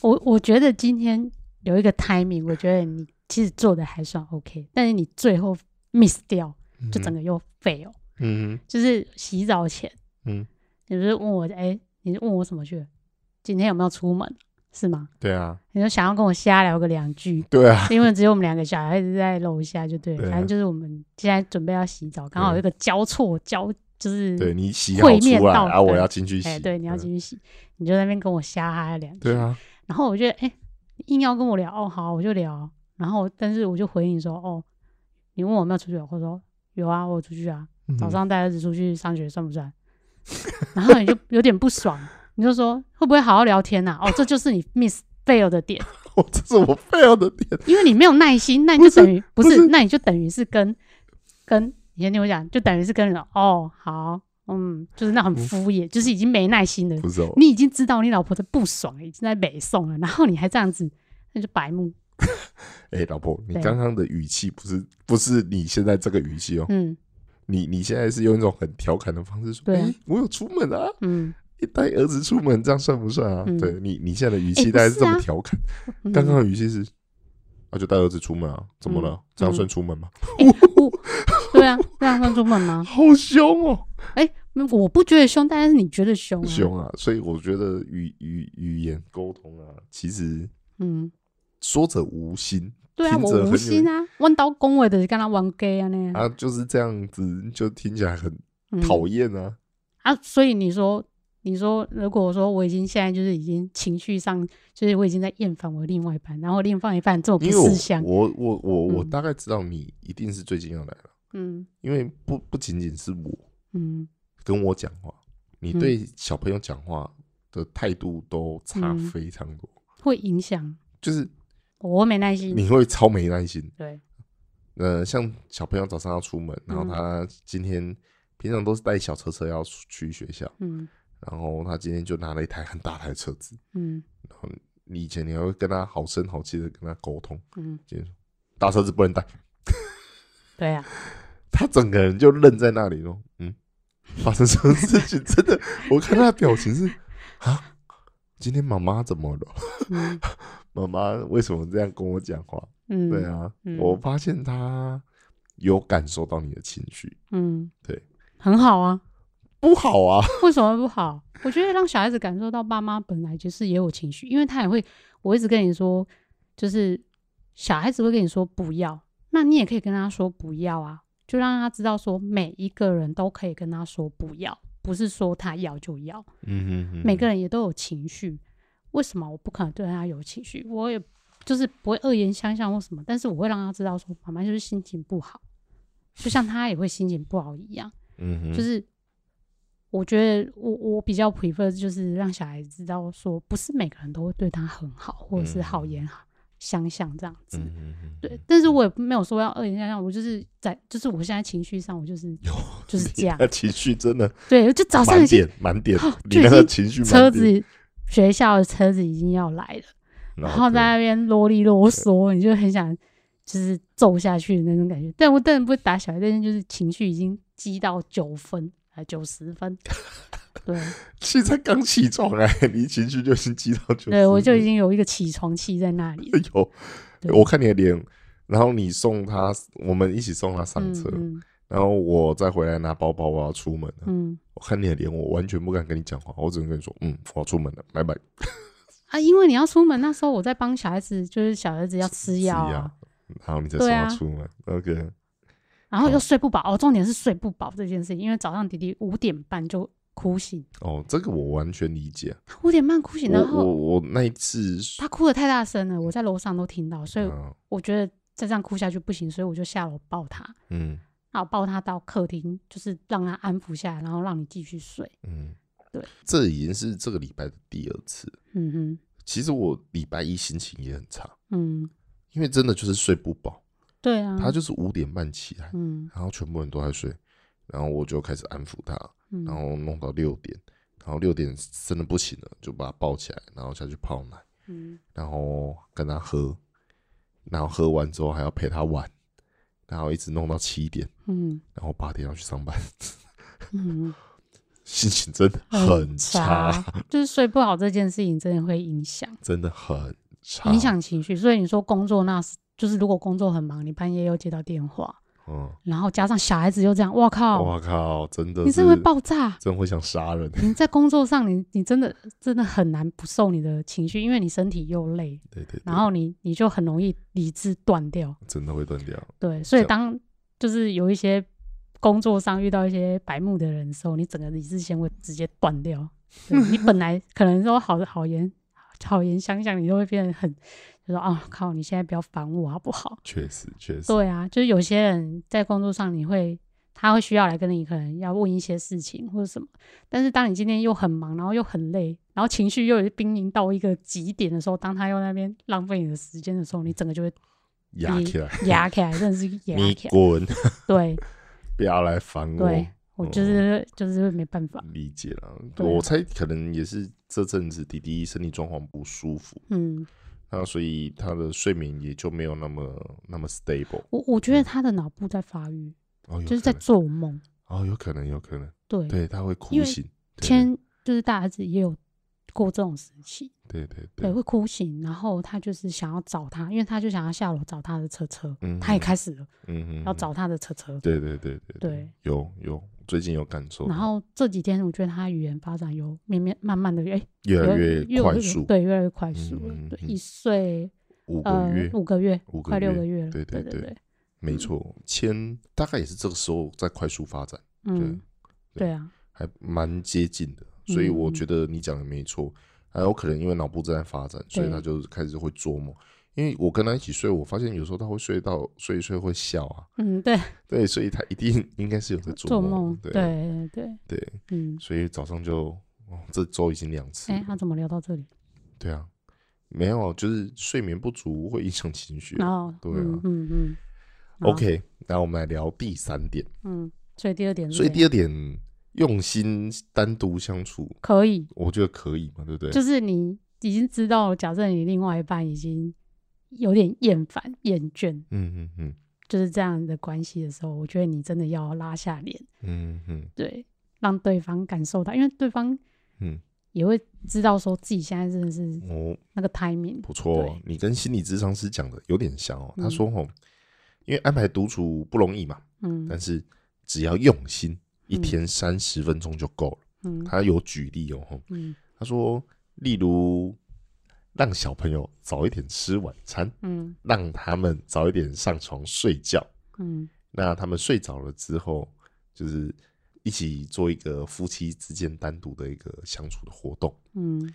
Speaker 2: 我我觉得今天有一个 timing，我觉得你其实做的还算 OK，但是你最后 miss 掉，就整个又 fail，、
Speaker 1: 嗯
Speaker 2: 就是洗澡前，
Speaker 1: 嗯，
Speaker 2: 你不是问我，哎、你是问我什么去？今天有没有出门？是吗？
Speaker 1: 对啊，，
Speaker 2: 你就想要跟我瞎聊个两句
Speaker 1: 对啊，
Speaker 2: 因为只有我们两个小孩子在楼下，就对了。
Speaker 1: 对啊
Speaker 2: 反正就是我们现在准备要洗澡，刚好有一个交错交，就是
Speaker 1: 对你洗好
Speaker 2: 嗯会面
Speaker 1: 出来，
Speaker 2: 到
Speaker 1: 啊，我
Speaker 2: 对
Speaker 1: 要进去
Speaker 2: 哎、
Speaker 1: 洗，
Speaker 2: 对，你要
Speaker 1: 嗯
Speaker 2: 进去洗，你就在那边跟我瞎嗨两句。
Speaker 1: 对啊，
Speaker 2: 然后我觉得，哎、你硬要跟我聊，哦，好，我就聊。然后，但是我就回应说，哦，你问我有没有出去，我说有啊，我有出去啊，早上带儿子出去上学算不算？ 然后你就有点不爽，你就说会不会好好聊天呐、哦，这就是你 miss fail 的点，
Speaker 1: 我 这是我 fail 的点，
Speaker 2: 因为你没有耐心，那你就等于不是，那你就等于是跟跟你先听我讲，就等于是跟人哦，好，嗯，就是那很敷衍，就是已经没耐心了。
Speaker 1: 不是哦，
Speaker 2: 你已经知道你老婆的不爽，已经在北宋了，然后你还这样子，那就白目。
Speaker 1: 哎、老婆，你
Speaker 2: 对
Speaker 1: 刚刚的语气不是不是你现在这个语气哦，
Speaker 2: 嗯
Speaker 1: 你你现在是用一种很调侃的方式说，
Speaker 2: 对啊
Speaker 1: 诶我有出门啊，
Speaker 2: 嗯，
Speaker 1: 带儿子出门，这样算不算啊？
Speaker 2: 嗯
Speaker 1: 对你你现在的语气
Speaker 2: 诶
Speaker 1: 大概是
Speaker 2: 不
Speaker 1: 这
Speaker 2: 是啊
Speaker 1: 么调侃，
Speaker 2: 嗯
Speaker 1: 刚刚、的语气是，啊就带儿子出门啊，怎么了？
Speaker 2: 嗯
Speaker 1: 这样算出门吗？
Speaker 2: 对啊，这样算出门吗？
Speaker 1: 好凶哦，
Speaker 2: 我不觉得凶，但是你觉得凶、啊？
Speaker 1: 凶啊！所以我觉得语语语言沟通啊，其实
Speaker 2: 嗯，
Speaker 1: 说者无心
Speaker 2: 对啊，
Speaker 1: 听着
Speaker 2: 我
Speaker 1: 很
Speaker 2: 无
Speaker 1: 有
Speaker 2: 心啊，弯刀恭维的跟他玩 gay 啊那样。
Speaker 1: 啊，就是这样子，就听起来很
Speaker 2: 嗯
Speaker 1: 讨厌啊。
Speaker 2: 啊，所以你说，你说，如果说我已经现在就是已经情绪上，就是我已经在厌烦我另外一半，然后另外一半这么不
Speaker 1: 因为
Speaker 2: 识相，
Speaker 1: 我我我我我
Speaker 2: 嗯
Speaker 1: 大概知道你一定是最近要来了，
Speaker 2: 嗯
Speaker 1: 因为不不仅仅是我
Speaker 2: 嗯
Speaker 1: 跟我讲话，你
Speaker 2: 嗯
Speaker 1: 对小朋友讲话的态度都差
Speaker 2: 嗯
Speaker 1: 非常多，
Speaker 2: 会影响
Speaker 1: 就是
Speaker 2: 我，我没耐心。
Speaker 1: 你会超没耐心。
Speaker 2: 对，
Speaker 1: 呃，像小朋友早上要出门，然后
Speaker 2: 嗯
Speaker 1: 他今天平常都是带小车车要出去学校，
Speaker 2: 嗯
Speaker 1: 然后他今天就拿了一台很大台的车子，
Speaker 2: 嗯
Speaker 1: 然后你以前你还会跟他好声好气的跟他沟通，
Speaker 2: 嗯，
Speaker 1: 就是说大车子不能带，
Speaker 2: 对啊，
Speaker 1: 他整个人就愣在那里咯，嗯，发生什么事情？ 真的，我看他的表情是啊，今天妈妈怎么了？
Speaker 2: 嗯
Speaker 1: 妈妈为什么这样跟我讲话？
Speaker 2: 嗯，
Speaker 1: 对，啊，
Speaker 2: 嗯
Speaker 1: 我发现他有感受到你的情绪，
Speaker 2: 嗯，
Speaker 1: 对，
Speaker 2: 很好啊。
Speaker 1: 不好啊，
Speaker 2: 为什么不好？ 我觉得让小孩子感受到爸妈本来就是也有情绪，因为他也会，我一直跟你说，就是小孩子会跟你说不要，那你也可以跟他说不要啊，就让他知道说每一个人都可以跟他说不要，不是说他要就要，
Speaker 1: 嗯哼
Speaker 2: 每个人也都有情绪，为什么我不可能对他有情绪？我也就是不会恶言相向或什么，但是我会让他知道说妈妈就是心情不好，就像他也会心情不好一样。
Speaker 1: 嗯哼，
Speaker 2: 就是我觉得我我比较 prefer 就是让小孩知道说，不是每个人都会对他很好，或者是好言好相向这样子。
Speaker 1: 嗯哼哼
Speaker 2: 对，但是我也没有说要恶言相向，我就是在，就是我现在情绪上，我 就是就是这样
Speaker 1: 你。的情绪真的
Speaker 2: 对，就早上已
Speaker 1: 满
Speaker 2: 经
Speaker 1: 点满点
Speaker 2: 哦，
Speaker 1: 你那
Speaker 2: 就已
Speaker 1: 个
Speaker 2: 经
Speaker 1: 情绪满
Speaker 2: 车
Speaker 1: 点
Speaker 2: 子学校的车子已经要来了，
Speaker 1: 然
Speaker 2: 然后
Speaker 1: 对
Speaker 2: 在那边啰里啰嗦，你就很想就是揍下去的那种感觉。但我当然不会打小孩，但是就是情绪已经积到九分啊，九 十分。对，
Speaker 1: 其实才刚起床哎、你情绪就已经激到九十分，
Speaker 2: 对我就已经有一个起床气在那里了。
Speaker 1: 有，
Speaker 2: 对
Speaker 1: 我看你的脸，然后你送他，我们一起送他上
Speaker 2: 嗯
Speaker 1: 车，
Speaker 2: 嗯
Speaker 1: 然后我再回来拿包包，我要出门了。
Speaker 2: 嗯
Speaker 1: 我看你的脸，我完全不敢跟你讲话，我只能跟你说，嗯，我要出门了，拜拜。
Speaker 2: 啊，因为你要出门，那时候我在帮小孩子，就是小孩子要吃药
Speaker 1: 吃
Speaker 2: 啊
Speaker 1: 药，然嗯后你再
Speaker 2: 对
Speaker 1: 送
Speaker 2: 啊
Speaker 1: 他出门。OK，
Speaker 2: 然后又
Speaker 1: 好
Speaker 2: 睡不饱。哦，重点是睡不饱这件事情，因为早上弟弟五点半就哭醒，
Speaker 1: 哦，这个我完全理解。
Speaker 2: 他五点半哭醒，
Speaker 1: 我
Speaker 2: 然
Speaker 1: 我
Speaker 2: 后
Speaker 1: 我那一次，
Speaker 2: 他哭的太大声了，我在楼上都听到，所以
Speaker 1: 嗯
Speaker 2: 我觉得再这样哭下去不行，所以我就下楼抱他，
Speaker 1: 嗯
Speaker 2: 然后抱他到客厅，就是让他安抚下来，然后让你继续睡。
Speaker 1: 嗯，
Speaker 2: 对，
Speaker 1: 这已经是这个礼拜的第二次。
Speaker 2: 嗯哼，
Speaker 1: 其实我礼拜一心情也很差，
Speaker 2: 嗯，
Speaker 1: 因为真的就是睡不饱，
Speaker 2: 对啊，
Speaker 1: 他就是五点半起来，
Speaker 2: 嗯
Speaker 1: 然后全部人都在睡，然后我就开始安抚他，
Speaker 2: 嗯，
Speaker 1: 然后弄到六点，然后六点真的不行了，就把他抱起来，然后下去泡奶，
Speaker 2: 嗯
Speaker 1: 然后跟他喝，然后喝完之后还要陪他玩，然后一直弄到七点，
Speaker 2: 嗯
Speaker 1: 然后八点要去上班，
Speaker 2: 嗯，
Speaker 1: 心情真的很差，
Speaker 2: 差，就是睡不好这件事情真的会影响
Speaker 1: 真的很差，
Speaker 2: 影响情绪，所以你说工作那是就是如果工作很忙，你半夜又接到电话，
Speaker 1: 嗯，
Speaker 2: 然后加上小孩子又这样，哇靠，
Speaker 1: 我靠，真的
Speaker 2: 你
Speaker 1: 是
Speaker 2: 真的会爆嗯炸，
Speaker 1: 真会想杀人，
Speaker 2: 你在工作上你，你真的真的很难不受你的情绪，因为你身体又累，
Speaker 1: 对对对，
Speaker 2: 然后你你就很容易理智断掉。
Speaker 1: 真的会断掉，
Speaker 2: 对，所以
Speaker 1: 这样
Speaker 2: 当就是有一些工作上遇到一些白目的人的时候，你整个理智线会直接断掉。对你本来可能说好好言好言相向，你就会变得很就说啊靠，你现在不要烦我好不好？
Speaker 1: 确实确实，
Speaker 2: 对啊，就是有些人在工作上，你会他会需要来跟你可能要问一些事情或者什么，但是当你今天又很忙，然后又很累，然后情绪又有濒临到一个极点的时候，当他又那边浪费你的时间的时候，你整个 就会
Speaker 1: 压起来，
Speaker 2: 压起来，真的是压
Speaker 1: 你
Speaker 2: 起来。
Speaker 1: 滚，
Speaker 2: 对
Speaker 1: 不要来烦我，
Speaker 2: 对，我
Speaker 1: 哦
Speaker 2: 就是就是没办法，
Speaker 1: 理解了，
Speaker 2: 对啊
Speaker 1: 我猜可能也是这阵子弟弟身体状况不舒服，
Speaker 2: 嗯，
Speaker 1: 那所以他的睡眠也就没有那么那么 stable，
Speaker 2: 我我觉得他的脑部在发育，
Speaker 1: 哦，嗯有
Speaker 2: 就是
Speaker 1: 可
Speaker 2: 在
Speaker 1: 能
Speaker 2: 做梦。
Speaker 1: 哦，有可能，有可能，
Speaker 2: 对，
Speaker 1: 对，他会哭
Speaker 2: 因为
Speaker 1: 醒，对
Speaker 2: 天就是大儿子也有过这种时期，
Speaker 1: 对对
Speaker 2: 对，
Speaker 1: 对，
Speaker 2: 会哭醒，然后他就是想要找他，因为他就想要下楼找他的车车，
Speaker 1: 嗯
Speaker 2: 他也
Speaker 1: 哼
Speaker 2: 开始了
Speaker 1: 嗯嗯，
Speaker 2: 要找他的车车。
Speaker 1: 对，对对对
Speaker 2: 对，
Speaker 1: 有有，最近有感受到，
Speaker 2: 然后这几天我觉得他语言发展有慢慢慢慢的哎，
Speaker 1: 越来
Speaker 2: 有
Speaker 1: 越快速，
Speaker 2: 对，越来越快速了，
Speaker 1: 嗯嗯
Speaker 2: 对，
Speaker 1: 嗯
Speaker 2: 一岁
Speaker 1: 五个
Speaker 2: 呃
Speaker 1: 月，
Speaker 2: 五个月，
Speaker 1: 五个
Speaker 2: 快六
Speaker 1: 月
Speaker 2: 个月了，嗯
Speaker 1: 对
Speaker 2: 对
Speaker 1: 对对
Speaker 2: 对，
Speaker 1: 没错，千大概也是这个时候在快速发展，
Speaker 2: 嗯，
Speaker 1: 对
Speaker 2: 对啊，
Speaker 1: 还蛮接近的，所以
Speaker 2: 嗯
Speaker 1: 我觉得你讲的没错，还有可能因为脑部正在发展，所以
Speaker 2: 对
Speaker 1: 他就开始会做梦。因为我跟他一起睡，我发现有时候他会睡到睡一睡会笑啊，
Speaker 2: 嗯，对，
Speaker 1: 对，所以他一定应该是有在
Speaker 2: 呃做
Speaker 1: 梦
Speaker 2: 梦，
Speaker 1: 的，
Speaker 2: 对
Speaker 1: 对
Speaker 2: 对对，
Speaker 1: 对，
Speaker 2: 嗯，
Speaker 1: 所以早上就哦，这周已经两次了，
Speaker 2: 哎，他怎么聊到这里？
Speaker 1: 对啊，没有，就是睡眠不足会影响情绪啊。
Speaker 2: 然后，
Speaker 1: 对啊
Speaker 2: 嗯嗯嗯
Speaker 1: OK，那我们来聊第三点，
Speaker 2: 嗯，所以第二点是
Speaker 1: 所以
Speaker 2: 怎
Speaker 1: 第
Speaker 2: 样
Speaker 1: 二点，用心单独相处，
Speaker 2: 可以，
Speaker 1: 我觉得可以嘛，对不对？
Speaker 2: 就是你已经知道，假设你另外一半已经有点厌烦、厌倦，
Speaker 1: 嗯嗯嗯
Speaker 2: 就是这样的关系的时候，我觉得你真的要拉下脸，
Speaker 1: 嗯嗯
Speaker 2: 对，让对方感受到，因为对方
Speaker 1: 嗯，
Speaker 2: 也会知道说自己现在真的是
Speaker 1: 哦，
Speaker 2: 那个 timing，
Speaker 1: 不错哦
Speaker 2: 对，
Speaker 1: 你跟心理咨商师讲的有点像哦。他
Speaker 2: 嗯
Speaker 1: 说哦，因为安排独处不容易嘛，
Speaker 2: 嗯
Speaker 1: 但是只要用心，一
Speaker 2: 嗯
Speaker 1: 天三十分钟就够了。
Speaker 2: 嗯
Speaker 1: 他有举例哦，吼
Speaker 2: 嗯
Speaker 1: 他说，例如让小朋友早一点吃晚餐，
Speaker 2: 嗯
Speaker 1: 让他们早一点上床睡觉。
Speaker 2: 嗯
Speaker 1: 那他们睡着了之后，就是一起做一个夫妻之间单独的一个相处的活动。
Speaker 2: 嗯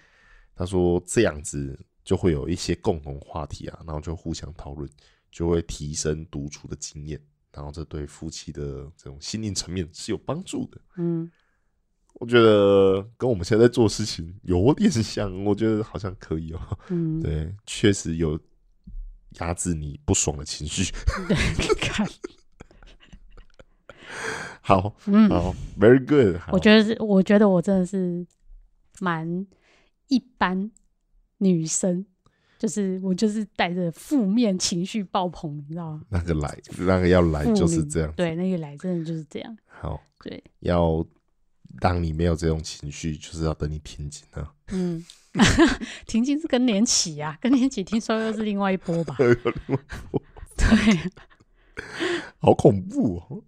Speaker 1: 他说这样子就会有一些共同话题啊，然后就互相讨论，就会提升独处的经验，然后这对夫妻的这种心灵层面是有帮助的。
Speaker 2: 嗯，
Speaker 1: 我觉得跟我们现在在做的事情有点像，我觉得好像可以哦、
Speaker 2: 嗯，
Speaker 1: 对，确实有压制你不爽的情绪。
Speaker 2: 对，看，
Speaker 1: 好，
Speaker 2: 嗯，
Speaker 1: 好，very good 好。
Speaker 2: 我觉得是，我觉得我真的是蛮一般女生，就是我就是带着负面情绪爆棚，你知道吗？
Speaker 1: 那个来，那个要来
Speaker 2: 负
Speaker 1: 哎就是
Speaker 2: 面
Speaker 1: 这样。
Speaker 2: 对，那个来真的就是这样，
Speaker 1: 好，
Speaker 2: 对，
Speaker 1: 要让你没有这种情绪，就是要等你平静 啊。
Speaker 2: 嗯，婷婷是更年期啊，更年期听说又是另外一波吧？ 对，
Speaker 1: 好恐怖哦！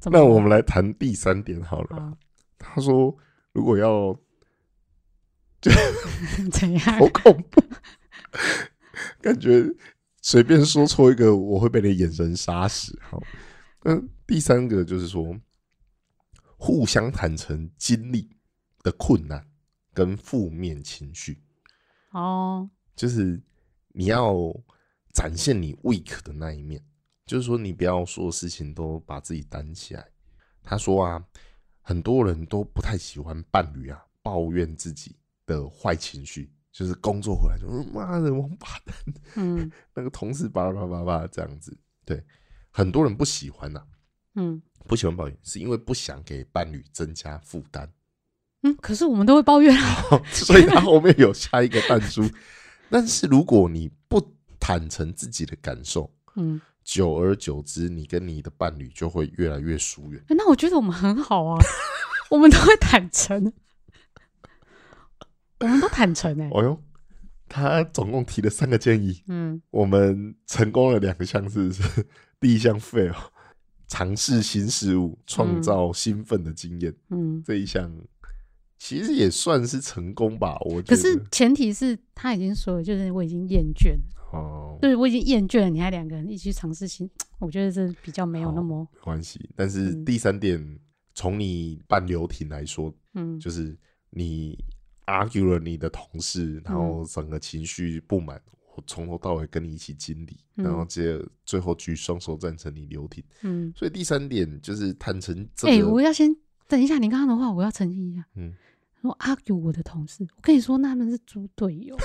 Speaker 2: 怎么
Speaker 1: 那
Speaker 2: 了
Speaker 1: 我们来谈第三点好了。
Speaker 2: 好
Speaker 1: 他说，如果要
Speaker 2: 怎样？
Speaker 1: 好恐怖，感觉随便说错一个，我会被你的眼神杀死。好，那第三个就是说，互相坦诚经历的困难跟负面情绪，
Speaker 2: 哦，
Speaker 1: 就是你要展现你 weak 的那一面，就是说你不要所有事情都把自己担起来。他说啊，很多人都不太喜欢伴侣啊抱怨自己的坏情绪，就是工作回来就嗯妈的王八蛋，
Speaker 2: 嗯
Speaker 1: 那个同事巴拉巴拉巴拉这样子，对，很多人不喜欢呐、啊
Speaker 2: 嗯
Speaker 1: 不喜欢抱怨，是因为不想给伴侣增加负担。
Speaker 2: 嗯，可是我们都会抱怨啊，
Speaker 1: 所以他后面有下一个弹珠。但是如果你不坦诚自己的感受，
Speaker 2: 嗯，
Speaker 1: 久而久之，你跟你的伴侣就会越来越疏远。
Speaker 2: 哎那我觉得我们很好啊，我们都会坦诚， 我们都坦诚哎、
Speaker 1: 哦哟，他总共提了三个建议，
Speaker 2: 嗯，
Speaker 1: 我们成功了两个项，是不是？第一项 fail，尝试新事物，创造兴奋的经验，
Speaker 2: 嗯，
Speaker 1: 这一项其实也算是成功吧。我觉得
Speaker 2: 可是前提是他已经说了，就是我已经厌倦了，
Speaker 1: 哦，
Speaker 2: 就是我已经厌倦了，你还两个人一起去尝试新，我觉得这比较没有那么，
Speaker 1: 没关系。但是
Speaker 2: 嗯
Speaker 1: 第三点，从你办流亭来说，
Speaker 2: 嗯
Speaker 1: 就是你 argue 了你的同事，然
Speaker 2: 嗯
Speaker 1: 后整个情绪不满，我从头到尾跟你一起经历，
Speaker 2: 嗯
Speaker 1: 然后接着最后举双手赞成你留停。
Speaker 2: 嗯，
Speaker 1: 所以第三点就是坦诚这
Speaker 2: 哎、
Speaker 1: 个，
Speaker 2: 我要先等一下，你刚刚的话我要澄清一下，
Speaker 1: 嗯，
Speaker 2: 我 argue 我的同事，我跟你说那他们是猪队 友，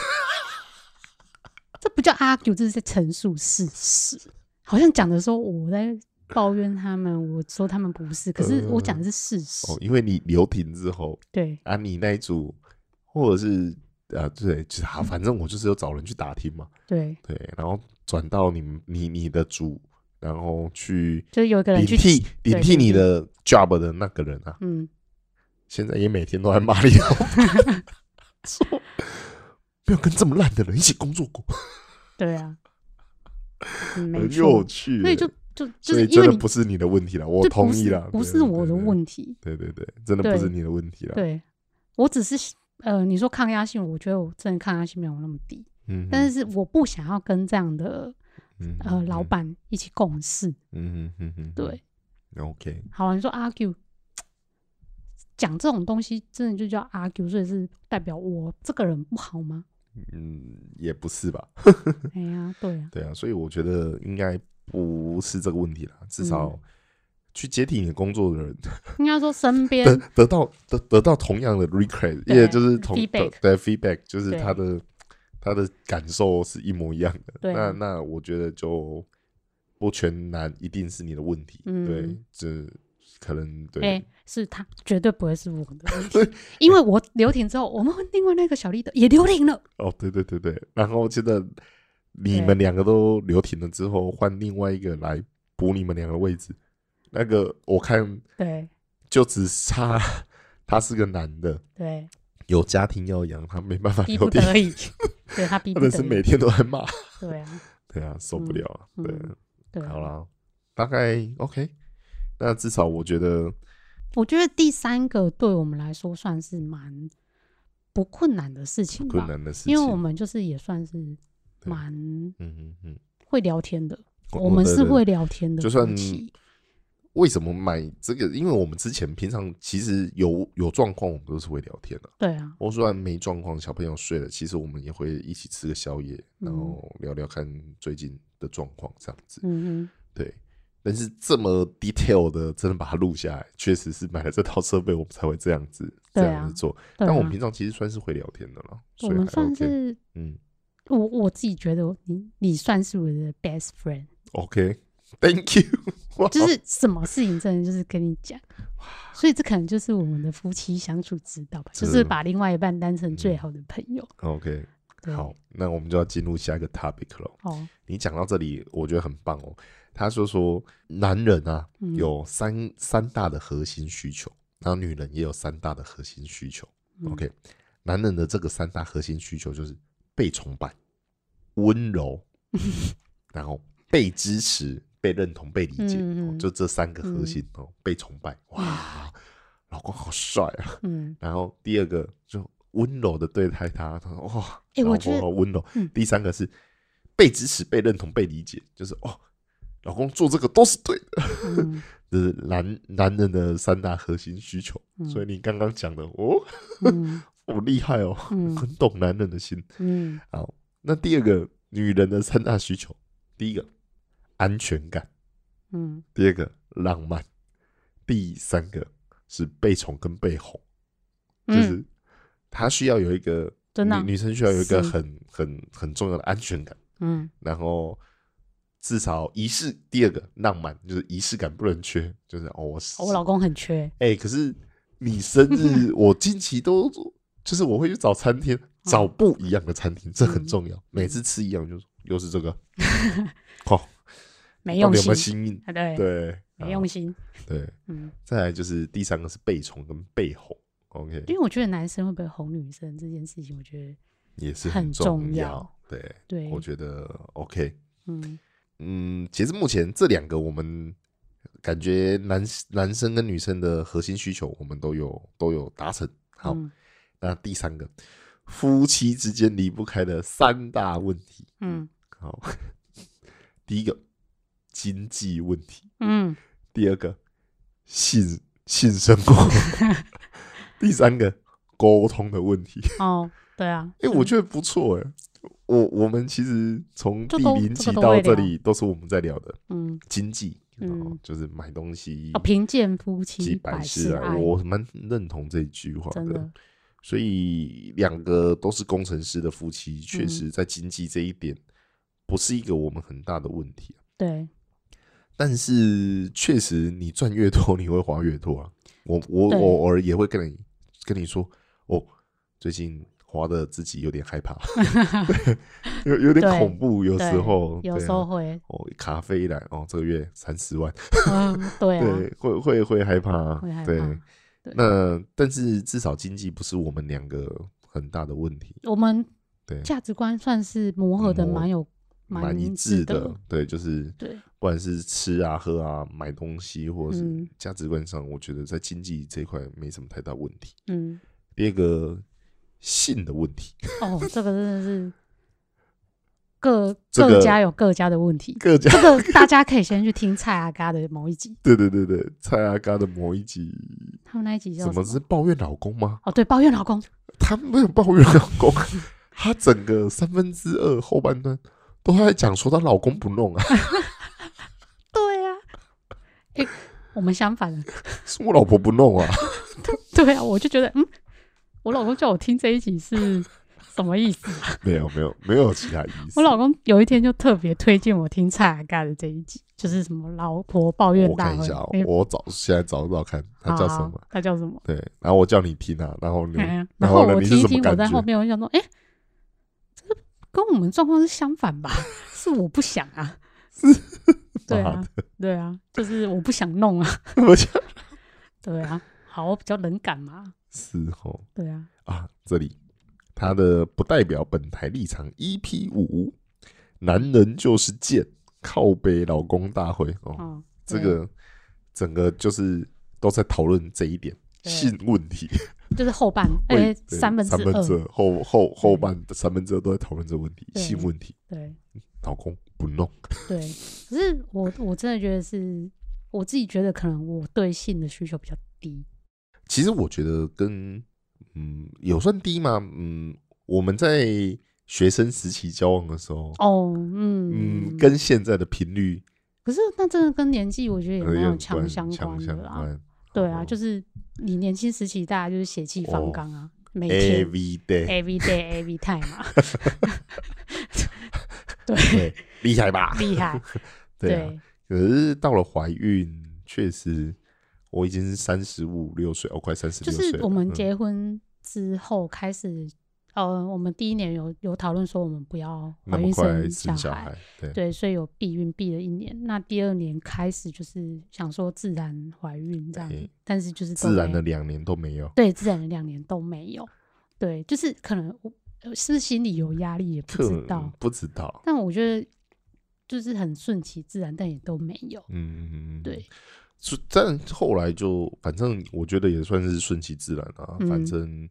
Speaker 2: 这不叫 argue，这是在陈述事实。好像讲的时候我在抱怨他们，我说他们不是，可是我讲的是事实。
Speaker 1: 哦，因为你留停之后
Speaker 2: 对，
Speaker 1: 啊，你那一组或者是啊，对，就是啊，反正我就是有找人去打听嘛，
Speaker 2: 对，
Speaker 1: 对，然后转到你们你你的组，然后去。
Speaker 2: 就是有一个人
Speaker 1: 顶
Speaker 2: 去
Speaker 1: 替
Speaker 2: 对
Speaker 1: 顶替
Speaker 2: 顶替
Speaker 1: 你的 job 的那个人啊，
Speaker 2: 嗯，
Speaker 1: 现在也每天都在骂你老板，说 没有跟这么烂的人一起工作过，
Speaker 2: 对啊，嗯、 没
Speaker 1: 很有
Speaker 2: 错。
Speaker 1: 趣欸。
Speaker 2: 所以就就
Speaker 1: 所
Speaker 2: 就
Speaker 1: 以
Speaker 2: 是因
Speaker 1: 真
Speaker 2: 为
Speaker 1: 的
Speaker 2: 你
Speaker 1: 不是你的问题了，我
Speaker 2: 这
Speaker 1: 同
Speaker 2: 不
Speaker 1: 意
Speaker 2: 是
Speaker 1: 了，
Speaker 2: 不
Speaker 1: 对
Speaker 2: 是我的，问题。
Speaker 1: 对对对对对，啊真的不是
Speaker 2: 对
Speaker 1: 你的问题了。，
Speaker 2: 对，我只是呃，你说抗压性，我觉得我真的抗压性没有那么低，
Speaker 1: 嗯，
Speaker 2: 但是我不想要跟这样的
Speaker 1: 嗯
Speaker 2: 呃老，板一起共事。
Speaker 1: 嗯嗯嗯嗯，
Speaker 2: 对，
Speaker 1: ，OK，
Speaker 2: 好，啊你说 argue，讲这种东西真的就叫 argue，所以是代表我这个人不好 吗？
Speaker 1: 嗯，也不是吧？
Speaker 2: 哎呀，对啊，
Speaker 1: 对啊，所以我觉得应该不是这个问题啦，至少
Speaker 2: 嗯
Speaker 1: 去接替你的工作的人
Speaker 2: 应该说身边
Speaker 1: 得得到得得到同样的 recredit，
Speaker 2: 对
Speaker 1: 也就是同
Speaker 2: feedback
Speaker 1: 对 feedback，就是
Speaker 2: 对
Speaker 1: 他的他的感受是一模一样的。
Speaker 2: 对
Speaker 1: 那
Speaker 2: 啊
Speaker 1: 那我觉得就不全然一定是你的问题，
Speaker 2: 嗯
Speaker 1: 对，这可能对、
Speaker 2: 哎、是他绝对不会是我的问题，因为我留停之后，我们另外那个小丽的也留停了，
Speaker 1: 哦，对对对对。然后现在你
Speaker 2: 对
Speaker 1: 们两个都留停了之后，换另外一个来补你们两个的位置，那个我看
Speaker 2: 对
Speaker 1: 就只差 他是个男的，
Speaker 2: 对，
Speaker 1: 有家庭要养，他没办法
Speaker 2: 逼
Speaker 1: 留
Speaker 2: 不
Speaker 1: 停，
Speaker 2: 得已， 对他逼
Speaker 1: 或
Speaker 2: 不
Speaker 1: 者
Speaker 2: 得
Speaker 1: 是每
Speaker 2: 已，
Speaker 1: 天都在骂。
Speaker 2: 对啊，
Speaker 1: 对啊，受不
Speaker 2: 嗯
Speaker 1: 了啊。
Speaker 2: 嗯对
Speaker 1: 对，
Speaker 2: 啊
Speaker 1: 好啦，大概 OK。那至少我觉得，
Speaker 2: 嗯我觉得第三个对我们来说算是蛮不困难的事情
Speaker 1: 困
Speaker 2: 吧，
Speaker 1: 难的事情，
Speaker 2: 因为我们就是也算是
Speaker 1: 对
Speaker 2: 蛮
Speaker 1: 嗯嗯嗯，
Speaker 2: 会聊天的，我
Speaker 1: 我
Speaker 2: 们是
Speaker 1: 的
Speaker 2: 会聊天的
Speaker 1: 就
Speaker 2: 主
Speaker 1: 算
Speaker 2: 题，
Speaker 1: 为什么买这个？因为我们之前平常其实有有状况，我们都是会聊天的、
Speaker 2: 对啊，
Speaker 1: 我虽然没状况，小朋友睡了，其实我们也会一起吃个宵夜，然
Speaker 2: 嗯
Speaker 1: 后聊聊看最近的状况这样子。
Speaker 2: 嗯
Speaker 1: 对，但是这么 detail 的，真的把它录下来，确实是买了这套设备，我们才会这样子、这
Speaker 2: 对啊
Speaker 1: 样子做。
Speaker 2: 哼，对
Speaker 1: 但我们
Speaker 2: 啊
Speaker 1: 平，常其实算是会聊天的了，
Speaker 2: 我
Speaker 1: 所以
Speaker 2: 们
Speaker 1: 还
Speaker 2: 算
Speaker 1: OK
Speaker 2: 是
Speaker 1: 嗯
Speaker 2: 我我自己觉得你你算是我的 best friend，
Speaker 1: ，OK，Thank you，哇
Speaker 2: 就是什么事情真的就是跟你讲，所以这可能就是我们的夫妻相处之道吧，
Speaker 1: 这
Speaker 2: 就是把另外一半当成最好的朋友。
Speaker 1: OK，
Speaker 2: 对
Speaker 1: 嗯好，那我们就要进入下一个 topic 了。
Speaker 2: 哦，
Speaker 1: 你讲到这里，我觉得很棒哦。他就说，男人啊
Speaker 2: 嗯
Speaker 1: 有三、三大的核心需求，然后女人也有三大的核心需求。
Speaker 2: 嗯
Speaker 1: OK，男人的这个三大核心需求就是被崇拜、温 柔，然后被支持、被认同、被理解，
Speaker 2: 嗯
Speaker 1: 哦
Speaker 2: 嗯
Speaker 1: 就这三个核
Speaker 2: 嗯
Speaker 1: 心、哦。被崇拜，哇，老公好帅啊！
Speaker 2: 嗯，
Speaker 1: 然后第二个就温柔的对待他，他说哇，
Speaker 2: 诶哎我
Speaker 1: 老
Speaker 2: 觉
Speaker 1: 婆
Speaker 2: 得
Speaker 1: 好温柔。
Speaker 2: 嗯
Speaker 1: 第三个是被支持、被认同、被理解，就是哦，老公做这个都是对的，
Speaker 2: 嗯
Speaker 1: 这是男男人的三大核心需求。
Speaker 2: 嗯
Speaker 1: 所以你刚刚讲的，哦，
Speaker 2: 嗯
Speaker 1: 好厉害哦，
Speaker 2: 嗯
Speaker 1: 很懂男人的心。
Speaker 2: 嗯
Speaker 1: 好，那第二个女人的三大需求，第一个安全感，
Speaker 2: 嗯
Speaker 1: 第二个浪漫，第三个是被宠跟被哄，就
Speaker 2: 嗯
Speaker 1: 是她需要有一个
Speaker 2: 真的啊
Speaker 1: 女女生需要有一个
Speaker 2: 是
Speaker 1: 很很很重要的安全感，
Speaker 2: 嗯
Speaker 1: 然后。至少仪式，第二个浪漫就是仪式感不能缺，就是哦，我是
Speaker 2: 哦我老公很缺，
Speaker 1: 哎、可是你生 日，我近期都就是我会去找餐厅，
Speaker 2: 嗯
Speaker 1: 找不一样的餐厅，这很重要。每次吃一样，就是又是这 个，哦，
Speaker 2: 没
Speaker 1: 到
Speaker 2: 用
Speaker 1: 底有没有
Speaker 2: 心，
Speaker 1: 新意？
Speaker 2: 啊对，
Speaker 1: 对，
Speaker 2: 没
Speaker 1: 啊
Speaker 2: 用心，
Speaker 1: 对，
Speaker 2: 嗯，
Speaker 1: 再来就是第三个是被宠跟被哄，OK，
Speaker 2: 因为我觉得男生会不会哄女生这件事情，我觉得
Speaker 1: 也是
Speaker 2: 很
Speaker 1: 重
Speaker 2: 重要
Speaker 1: 对，
Speaker 2: 对，
Speaker 1: 我觉得 OK。
Speaker 2: 嗯
Speaker 1: 嗯，其实目前这两个我们感觉男男生跟女生的核心需求，我们都有都有达成。好，
Speaker 2: 嗯
Speaker 1: 那第三个，夫妻之间离不开的三大问题。
Speaker 2: 嗯
Speaker 1: 好， 第一个经济问题，
Speaker 2: 嗯
Speaker 1: 第二个性性生活， 第三个沟通的问 题。
Speaker 2: 哦，对啊，
Speaker 1: 哎、我觉得不错哎、我我们其实从
Speaker 2: 这
Speaker 1: 第
Speaker 2: 都
Speaker 1: 零
Speaker 2: 这
Speaker 1: 集
Speaker 2: 个都
Speaker 1: 到
Speaker 2: 会
Speaker 1: 这
Speaker 2: 聊
Speaker 1: 里都是我们在聊的
Speaker 2: 嗯，
Speaker 1: 经济，然后
Speaker 2: 嗯
Speaker 1: 就是买东西
Speaker 2: 哦，贫贱夫
Speaker 1: 几
Speaker 2: 妻
Speaker 1: 百
Speaker 2: 百
Speaker 1: 事
Speaker 2: 事
Speaker 1: 啊，
Speaker 2: 哀，
Speaker 1: 我蛮认同这句话
Speaker 2: 真的，
Speaker 1: 所以两个都是工程师的夫妻，确
Speaker 2: 嗯
Speaker 1: 实在经济这一点不是一个我们很大的问题啊、
Speaker 2: 对
Speaker 1: 但是确实你赚越多，你会花越多啊。 我我
Speaker 2: 对
Speaker 1: 我偶尔也会跟你跟你说，哦，最近花的自己有点 害怕， 对有有点
Speaker 2: 对
Speaker 1: 恐怖，有时
Speaker 2: 对
Speaker 1: 候
Speaker 2: 有
Speaker 1: 对
Speaker 2: 时候
Speaker 1: 啊
Speaker 2: 会，
Speaker 1: 哦，咖啡一来哦，这个月三十万，
Speaker 2: 嗯，对啊，
Speaker 1: 对，会会会害怕啊，
Speaker 2: 会害
Speaker 1: 对。
Speaker 2: 怕。对
Speaker 1: 那但是至少经济不是我们两个很大的问题，
Speaker 2: 我们
Speaker 1: 对
Speaker 2: 价值观算是磨合的
Speaker 1: 磨
Speaker 2: 蛮有
Speaker 1: 蛮一
Speaker 2: 致
Speaker 1: 致的，对，就是
Speaker 2: 对，
Speaker 1: 不管是吃啊、喝啊、买东西，或者是
Speaker 2: 嗯
Speaker 1: 价值观上，我觉得在经济这一块没什么太大问题。
Speaker 2: 嗯，
Speaker 1: 第二个性的问题，
Speaker 2: 哦，这个真的是各
Speaker 1: 这个
Speaker 2: 各家有各家的问题。
Speaker 1: 各家
Speaker 2: 这个 大家可以先去听蔡阿嘎的某一集，
Speaker 1: 对对对对，蔡阿嘎的某一集，
Speaker 2: 他们那一集叫
Speaker 1: 什么是抱怨老公吗？
Speaker 2: 哦，对，抱怨老公，
Speaker 1: 他没有抱怨老公， 他整个三分之二后半段都在讲说她老公不弄啊，
Speaker 2: 对呀、啊，哎、我们相反了，
Speaker 1: 是我老婆不弄啊，
Speaker 2: 对啊，我就觉得，嗯，我老公叫我听这一集是什么意思？
Speaker 1: 没有没有没有其他意思
Speaker 2: 我。老公有一天就特别推荐我听蔡阿嘎的这一集，就是什么老婆抱怨
Speaker 1: 我看
Speaker 2: 大
Speaker 1: 一
Speaker 2: 会哦
Speaker 1: 下哦，，
Speaker 2: 哎
Speaker 1: 我找现在找找看，他叫什？
Speaker 2: 好
Speaker 1: 么
Speaker 2: 好？他叫什么？
Speaker 1: 对，然后我叫你听啊，然后你
Speaker 2: 哎呀
Speaker 1: 然
Speaker 2: 然
Speaker 1: 后
Speaker 2: 后
Speaker 1: 呢
Speaker 2: 我
Speaker 1: 你
Speaker 2: 听
Speaker 1: 是什
Speaker 2: 一
Speaker 1: 么
Speaker 2: 听，我
Speaker 1: 感
Speaker 2: 在
Speaker 1: 觉
Speaker 2: 后面我就想说，哎、这个跟我们状况是相反吧？ 是我不想 啊，对
Speaker 1: 妈
Speaker 2: 啊，对啊，就是我不想弄啊，
Speaker 1: 我想
Speaker 2: 对啊，好，我比较冷感嘛，
Speaker 1: 是哦
Speaker 2: 对啊，
Speaker 1: 啊，这里他的不代表本台立场。EP 五，男人就是贱，靠背老公大会哦，
Speaker 2: 哦，
Speaker 1: 这
Speaker 2: 对
Speaker 1: 个整个就是都在讨论这一点
Speaker 2: 对
Speaker 1: 性问题，
Speaker 2: 就是后半，哎、
Speaker 1: 为对
Speaker 2: 三分之
Speaker 1: 三分之
Speaker 2: 二，嗯
Speaker 1: 二后后后半三分之二都在讨论这个问题，
Speaker 2: 对
Speaker 1: 性问题，
Speaker 2: 对
Speaker 1: 老公不弄，
Speaker 2: 对，可是我我真的觉得是我自己觉得可能我对性的需求比较低，
Speaker 1: 其实我觉得跟嗯有算低吗？嗯，我们在学生时期交往的时候，
Speaker 2: 哦，嗯
Speaker 1: 嗯，跟现在的频率
Speaker 2: 可是那真的跟年纪我觉得也
Speaker 1: 可能呃
Speaker 2: 蛮
Speaker 1: 有
Speaker 2: 有
Speaker 1: 点
Speaker 2: 强
Speaker 1: 关
Speaker 2: 相
Speaker 1: 强
Speaker 2: 关
Speaker 1: 相
Speaker 2: 的啦，
Speaker 1: 关。
Speaker 2: 对
Speaker 1: 哦
Speaker 2: 啊，就是是你年轻时期大家就是血气方刚啊，每天
Speaker 1: every day，
Speaker 2: every day every time 啊嘛，对，
Speaker 1: 对，厉害吧？
Speaker 2: 厉害，
Speaker 1: 对啊。
Speaker 2: 对，
Speaker 1: 可是到了怀孕，确实我已经三十五六岁，我快三十
Speaker 2: 就
Speaker 1: 六岁了。
Speaker 2: 是我们
Speaker 1: 嗯
Speaker 2: 结婚之后开始。呃，我们第一年有有讨论说我们不要
Speaker 1: 那
Speaker 2: 怀
Speaker 1: 么
Speaker 2: 孕
Speaker 1: 快
Speaker 2: 小
Speaker 1: 生小孩，对，
Speaker 2: 对，所以有避孕避了一年。那第二年开始就是想说自然怀孕这样子，
Speaker 1: 诶
Speaker 2: 但是就是都
Speaker 1: 哎自然
Speaker 2: 没
Speaker 1: 的两年都没有，
Speaker 2: 对自然的两年都没有。对，就是可能我呃是不是心里有压力也不
Speaker 1: 可
Speaker 2: 知道，
Speaker 1: 不知道，
Speaker 2: 但我觉得就是很顺其自然，但也都没有。
Speaker 1: 嗯，
Speaker 2: 对，
Speaker 1: 就但后来就反正我觉得也算是顺其自然啊，
Speaker 2: 嗯
Speaker 1: 反正。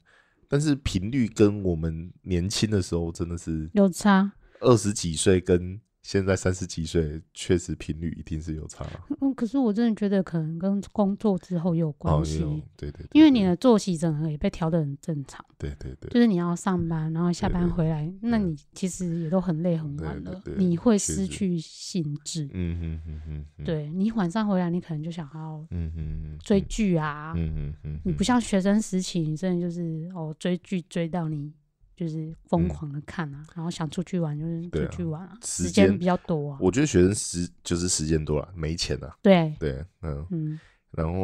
Speaker 1: 但是频率跟我们年轻的时候真的是
Speaker 2: 有差，
Speaker 1: 二十几岁跟现在三十几岁，确实频率一定是有差啊
Speaker 2: 嗯，可是我真的觉得可能跟工作之后也有
Speaker 1: 哦
Speaker 2: 关，系，
Speaker 1: 有对对，对
Speaker 2: 因为你的作息整个也被调得很正常，
Speaker 1: 对对对
Speaker 2: 就是你要上班，然后下
Speaker 1: 对
Speaker 2: 班
Speaker 1: 对
Speaker 2: 回来，那你其实也都很累很
Speaker 1: 对
Speaker 2: 晚
Speaker 1: 对
Speaker 2: 了，
Speaker 1: 对
Speaker 2: 你会
Speaker 1: 确
Speaker 2: 失
Speaker 1: 实
Speaker 2: 去兴致。
Speaker 1: 嗯哼哼哼哼，
Speaker 2: 对你晚上回来，你可能就想要
Speaker 1: 嗯哼哼，
Speaker 2: 追剧啊，
Speaker 1: 嗯哼哼，
Speaker 2: 你不
Speaker 1: 像
Speaker 2: 像学生时期，你真的就是哦追剧追到你就是疯
Speaker 1: 嗯
Speaker 2: 狂的看啊，然后想出去玩就是
Speaker 1: 对
Speaker 2: 出
Speaker 1: 啊
Speaker 2: 去玩啊，
Speaker 1: 时
Speaker 2: 时间
Speaker 1: 间
Speaker 2: 比较多啊，
Speaker 1: 我觉得学生时就是时间多了，没钱啊，
Speaker 2: 对，
Speaker 1: 对，嗯，
Speaker 2: 嗯，
Speaker 1: 然后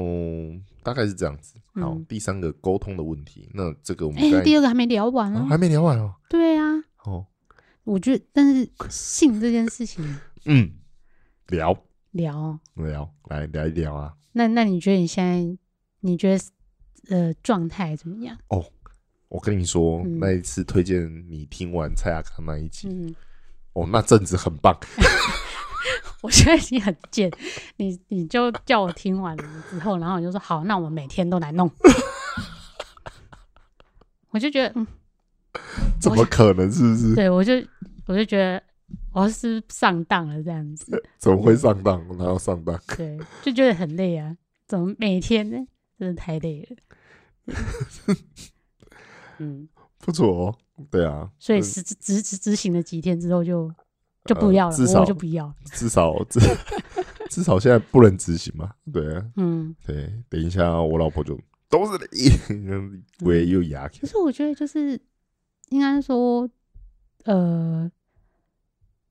Speaker 1: 大概是这样子。好，
Speaker 2: 嗯
Speaker 1: 第三个沟通的问题，那这个我们
Speaker 2: 哎、
Speaker 1: 刚才
Speaker 2: 第二个还没聊完
Speaker 1: 哦
Speaker 2: 啊，
Speaker 1: 还没聊完哦，
Speaker 2: 对啊，
Speaker 1: 哦，
Speaker 2: 我觉得但是性这件事情
Speaker 1: 嗯，聊
Speaker 2: 聊哦，
Speaker 1: 聊，来聊一聊啊，
Speaker 2: 那那你觉得你现在你觉得呃状态怎么样？
Speaker 1: 我跟你说，
Speaker 2: 嗯
Speaker 1: 那一次推荐你听完蔡阿康那一集，
Speaker 2: 嗯，
Speaker 1: 哦，那阵子很棒。
Speaker 2: 我觉得你很贱，你你就叫我听完了之后，然后我就说好，那我每天都来弄。我就觉得，嗯，
Speaker 1: 怎么可能？是不 是？
Speaker 2: 对我就我就觉得我是不是上当了这样子，
Speaker 1: 怎么会上当？然后上当？
Speaker 2: 对，就觉得很累啊，怎么每天呢？真的太累了。 嗯，
Speaker 1: 不错哦，对啊，
Speaker 2: 所以
Speaker 1: 嗯
Speaker 2: 执执执执行了几天之后就就不要了，
Speaker 1: 呃至少
Speaker 2: 我就不要了。
Speaker 1: 至少 至至少现在不能执行嘛。对啊，
Speaker 2: 嗯，
Speaker 1: 对，等一下我老婆就都是你， 我也有牙
Speaker 2: 可
Speaker 1: 签。
Speaker 2: 是我觉得就是应该说，呃，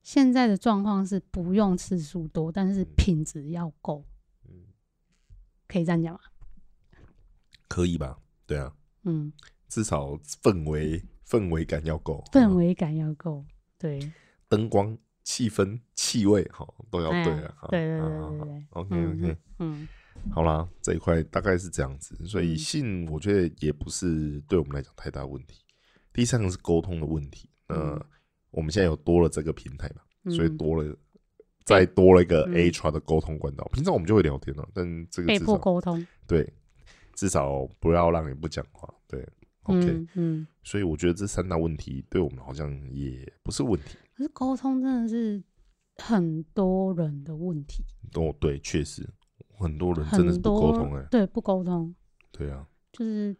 Speaker 2: 现在的状况是不用次数多，但是品质要够，
Speaker 1: 嗯
Speaker 2: 可以这样讲吗？
Speaker 1: 可以吧？对啊，
Speaker 2: 嗯，
Speaker 1: 至少氛围氛围感要够，
Speaker 2: 氛
Speaker 1: 嗯
Speaker 2: 围感要够，对，
Speaker 1: 灯光、气氛、气味，好都要
Speaker 2: 哎呀
Speaker 1: 对啊。好
Speaker 2: 对对
Speaker 1: 好
Speaker 2: 对
Speaker 1: 好
Speaker 2: 对
Speaker 1: 好
Speaker 2: 对
Speaker 1: OK
Speaker 2: 嗯
Speaker 1: OK，
Speaker 2: 嗯
Speaker 1: 好啦，这一块大概是这样子，所以
Speaker 2: 嗯
Speaker 1: 性我觉得也不是对我们来讲太大问题。第三个是沟通的问题，呃，
Speaker 2: 嗯
Speaker 1: 我们现在有多了这个平台嘛，
Speaker 2: 嗯，
Speaker 1: 所以多了再多了一个
Speaker 2: 嗯
Speaker 1: HR 的沟通管道。平常我们就会聊天了，但这个
Speaker 2: 被
Speaker 1: 至
Speaker 2: 迫
Speaker 1: 少
Speaker 2: 沟通
Speaker 1: 对，至少不要让你不讲话。对，OK，、
Speaker 2: 嗯嗯，
Speaker 1: 所以我觉得这三大问题对我们好像也不是问题。
Speaker 2: 可是沟通真的是很多人的问题，
Speaker 1: 哦，对，确实很多人真的是不
Speaker 2: 很多
Speaker 1: 沟通哎、
Speaker 2: 对不沟通
Speaker 1: 对啊，
Speaker 2: 就是。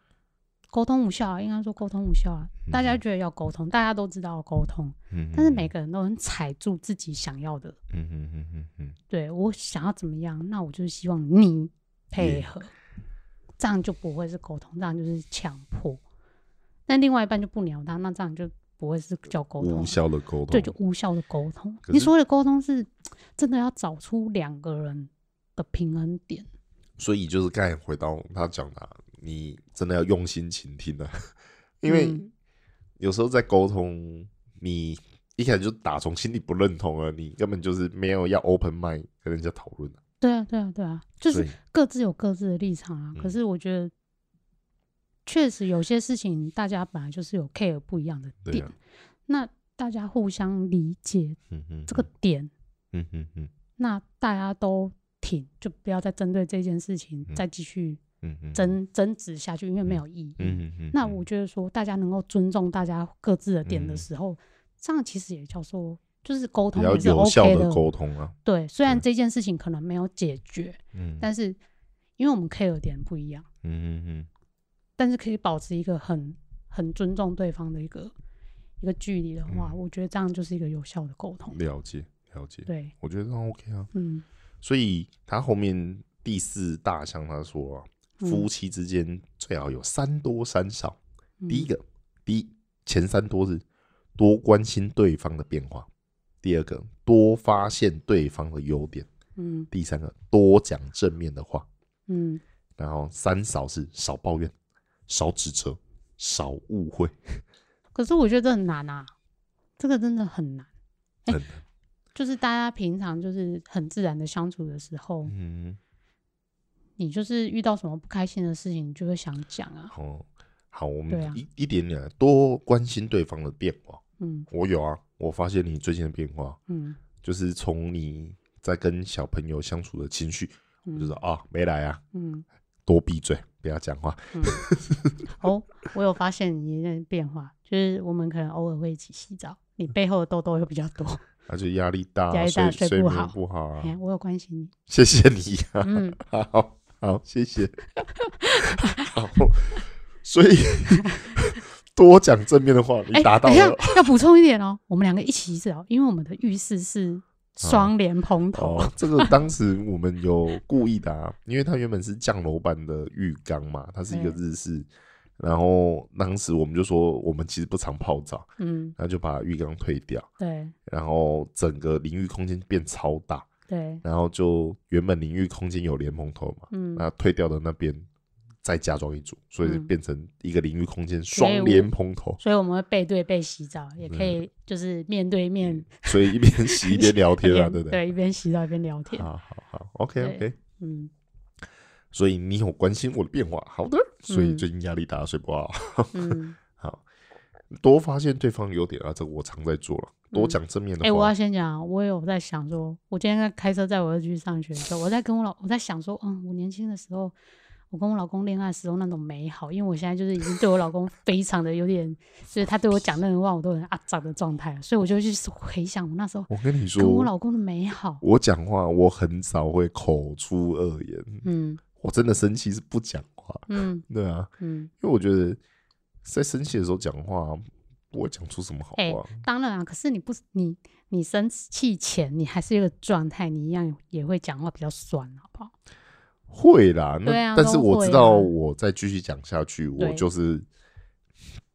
Speaker 2: 沟通无效啊，应该说沟通无效啊。大家
Speaker 1: 嗯
Speaker 2: 觉得要沟通，大家都知道要沟通，
Speaker 1: 嗯，
Speaker 2: 但是每个人都能踩住自己想要的，
Speaker 1: 嗯嗯嗯嗯嗯，
Speaker 2: 对我想要怎么样，那我就是希望你配合，这样就不会是沟通，这样就是强迫。但另外一半就不鸟他，那这样就不会是叫沟通
Speaker 1: 无，效的沟通，
Speaker 2: 对，就无效的沟通。
Speaker 1: 可
Speaker 2: 你
Speaker 1: 是
Speaker 2: 所谓的沟通是真的要找出两个人的平衡点，
Speaker 1: 所以就是刚才回到他讲的啊、你真的要用心倾听啊， 因为
Speaker 2: 嗯
Speaker 1: 有时候在沟通，你一开始就打从心里不认同了，你根本就是没有要 open mind 跟人家讨论、啊、
Speaker 2: 对啊，对啊，对啊，就是
Speaker 1: 所以
Speaker 2: 各自有各自的立场啊。可
Speaker 1: 嗯
Speaker 2: 是我觉得，确实有些事情大家本来就是有 care 不一样的
Speaker 1: 对
Speaker 2: 点，
Speaker 1: 啊，
Speaker 2: 那大家互相理解
Speaker 1: 嗯嗯，
Speaker 2: 这个点，
Speaker 1: 嗯嗯嗯
Speaker 2: 那大家都挺，就不要再针对这件事情
Speaker 1: 嗯
Speaker 2: 再继续
Speaker 1: 嗯嗯，
Speaker 2: 争争执下去，因为没有意义。
Speaker 1: 嗯嗯嗯，
Speaker 2: 那我觉得说，大家能够尊重大家各自的点的
Speaker 1: 嗯
Speaker 2: 时候，这样其实也叫做就是沟
Speaker 1: 比
Speaker 2: 通
Speaker 1: 较
Speaker 2: 也是
Speaker 1: 有效
Speaker 2: OK
Speaker 1: 的沟通啊，
Speaker 2: 对，虽然
Speaker 1: 对
Speaker 2: 这件事情可能没有解决，
Speaker 1: 嗯，
Speaker 2: 但是因为我们 care 的点不一样，
Speaker 1: 嗯嗯嗯
Speaker 2: 但是可以保持一个很很尊重对方的一个一个距离的话，
Speaker 1: 嗯
Speaker 2: 我觉得这样就是一个有效的沟通
Speaker 1: 嗯，。了解了解，
Speaker 2: 对，
Speaker 1: 我觉得这样 OK 啊，
Speaker 2: 嗯，
Speaker 1: 所以他后面第四大项他说啊，
Speaker 2: 嗯
Speaker 1: 夫妻之间最好有三多三少。
Speaker 2: 嗯
Speaker 1: 第一个，第一前三多是多关心对方的变化；第二个，多发现对方的优点；
Speaker 2: 嗯
Speaker 1: 第三个，多讲正面的话。
Speaker 2: 嗯，
Speaker 1: 然后三少是少抱怨、少指责、少误会。
Speaker 2: 可可是我觉得这很难啊，这个真的很难。哎
Speaker 1: 很难。
Speaker 2: 就是大家平常就是很自然的相处的时候，
Speaker 1: 嗯，
Speaker 2: 你就是遇到什么不开心的事情，你就会想讲啊，
Speaker 1: 哦好，好，我们
Speaker 2: 对啊
Speaker 1: 一、一点点来多关心对方的变化。
Speaker 2: 嗯
Speaker 1: 我有啊，我发现你最近的变化，
Speaker 2: 嗯
Speaker 1: 就是从你在跟小朋友相处的情绪，我就说啊，没来啊，
Speaker 2: 嗯
Speaker 1: 多闭嘴，不要讲话。
Speaker 2: 嗯。哦，我有发现你的变化，就是我们可能偶尔会一起洗澡，你背后的痘痘会比较多。
Speaker 1: 而且压力大啊，
Speaker 2: 压力大
Speaker 1: 睡
Speaker 2: 睡不
Speaker 1: 眠
Speaker 2: 好
Speaker 1: 不好啊
Speaker 2: 哎、。我有关心 你，
Speaker 1: 谢谢你啊，
Speaker 2: 嗯，
Speaker 1: 好好谢 谢。好，所以多讲正面的话，
Speaker 2: 哎、
Speaker 1: 你达到
Speaker 2: 等一下
Speaker 1: 了。
Speaker 2: 要补充一点哦，我们两个一起洗澡，因为我们的浴室是双联蓬头，
Speaker 1: 啊哦，这个当时我们有故意的、啊，因为它原本是降楼板的浴缸嘛，它是一个日式。然后当时我们就说，我们其实不常泡澡，
Speaker 2: 嗯，
Speaker 1: 然后就把浴缸退掉，
Speaker 2: 对
Speaker 1: 然后整个淋浴空间变超大，
Speaker 2: 对，
Speaker 1: 然后就原本淋浴空间有莲蓬头嘛，
Speaker 2: 嗯，
Speaker 1: 那退掉的那边再加装一组，所以
Speaker 2: 嗯
Speaker 1: 变成一个淋浴空间
Speaker 2: 所以
Speaker 1: 双
Speaker 2: 我
Speaker 1: 连蓬头，
Speaker 2: 所以我们会背对背洗澡，
Speaker 1: 嗯
Speaker 2: 也可以就是面对面
Speaker 1: 所以一边洗一边嗯聊天啊，对
Speaker 2: 对
Speaker 1: 不对？
Speaker 2: 一边洗澡一边聊天，
Speaker 1: 好好好，OK
Speaker 2: 对
Speaker 1: OK。
Speaker 2: 嗯，
Speaker 1: 所以你有关心我的变化，好的。所以
Speaker 2: 嗯
Speaker 1: 最近压力大，睡不好，
Speaker 2: 嗯，
Speaker 1: 好多发现对方优点啊，这个我常在做了，多讲正面
Speaker 2: 哎、
Speaker 1: 的
Speaker 2: 我
Speaker 1: 话
Speaker 2: 要，先讲，我有在想说，我今天在开车载我儿子去上学的时候，我在跟我老，我在想说，嗯，我年轻的时候，我跟我老公恋爱的时候那种美好，因为我现在就是已经对我老公非常的有点，就是他对我讲那种话，我都很阿杂的状态了，所以我就去回想我那时候
Speaker 1: 我跟你说
Speaker 2: 跟，我老公的美好，
Speaker 1: 我讲话我很少会口出恶言，
Speaker 2: 嗯
Speaker 1: 我真的生气是不讲话，
Speaker 2: 嗯
Speaker 1: 对啊，
Speaker 2: 嗯，
Speaker 1: 因为我觉得在生气的时候讲话不会讲出什么好
Speaker 2: 哎
Speaker 1: 话。
Speaker 2: 当然啊，可是你不你你生气前，你还是一个状态，你一样也会讲话比较酸，好不好？
Speaker 1: 会啦，那、
Speaker 2: 对啊
Speaker 1: 但是
Speaker 2: 都
Speaker 1: 我
Speaker 2: 会
Speaker 1: 知道，
Speaker 2: 啊
Speaker 1: 我再继续讲下去，我
Speaker 2: 对
Speaker 1: 就是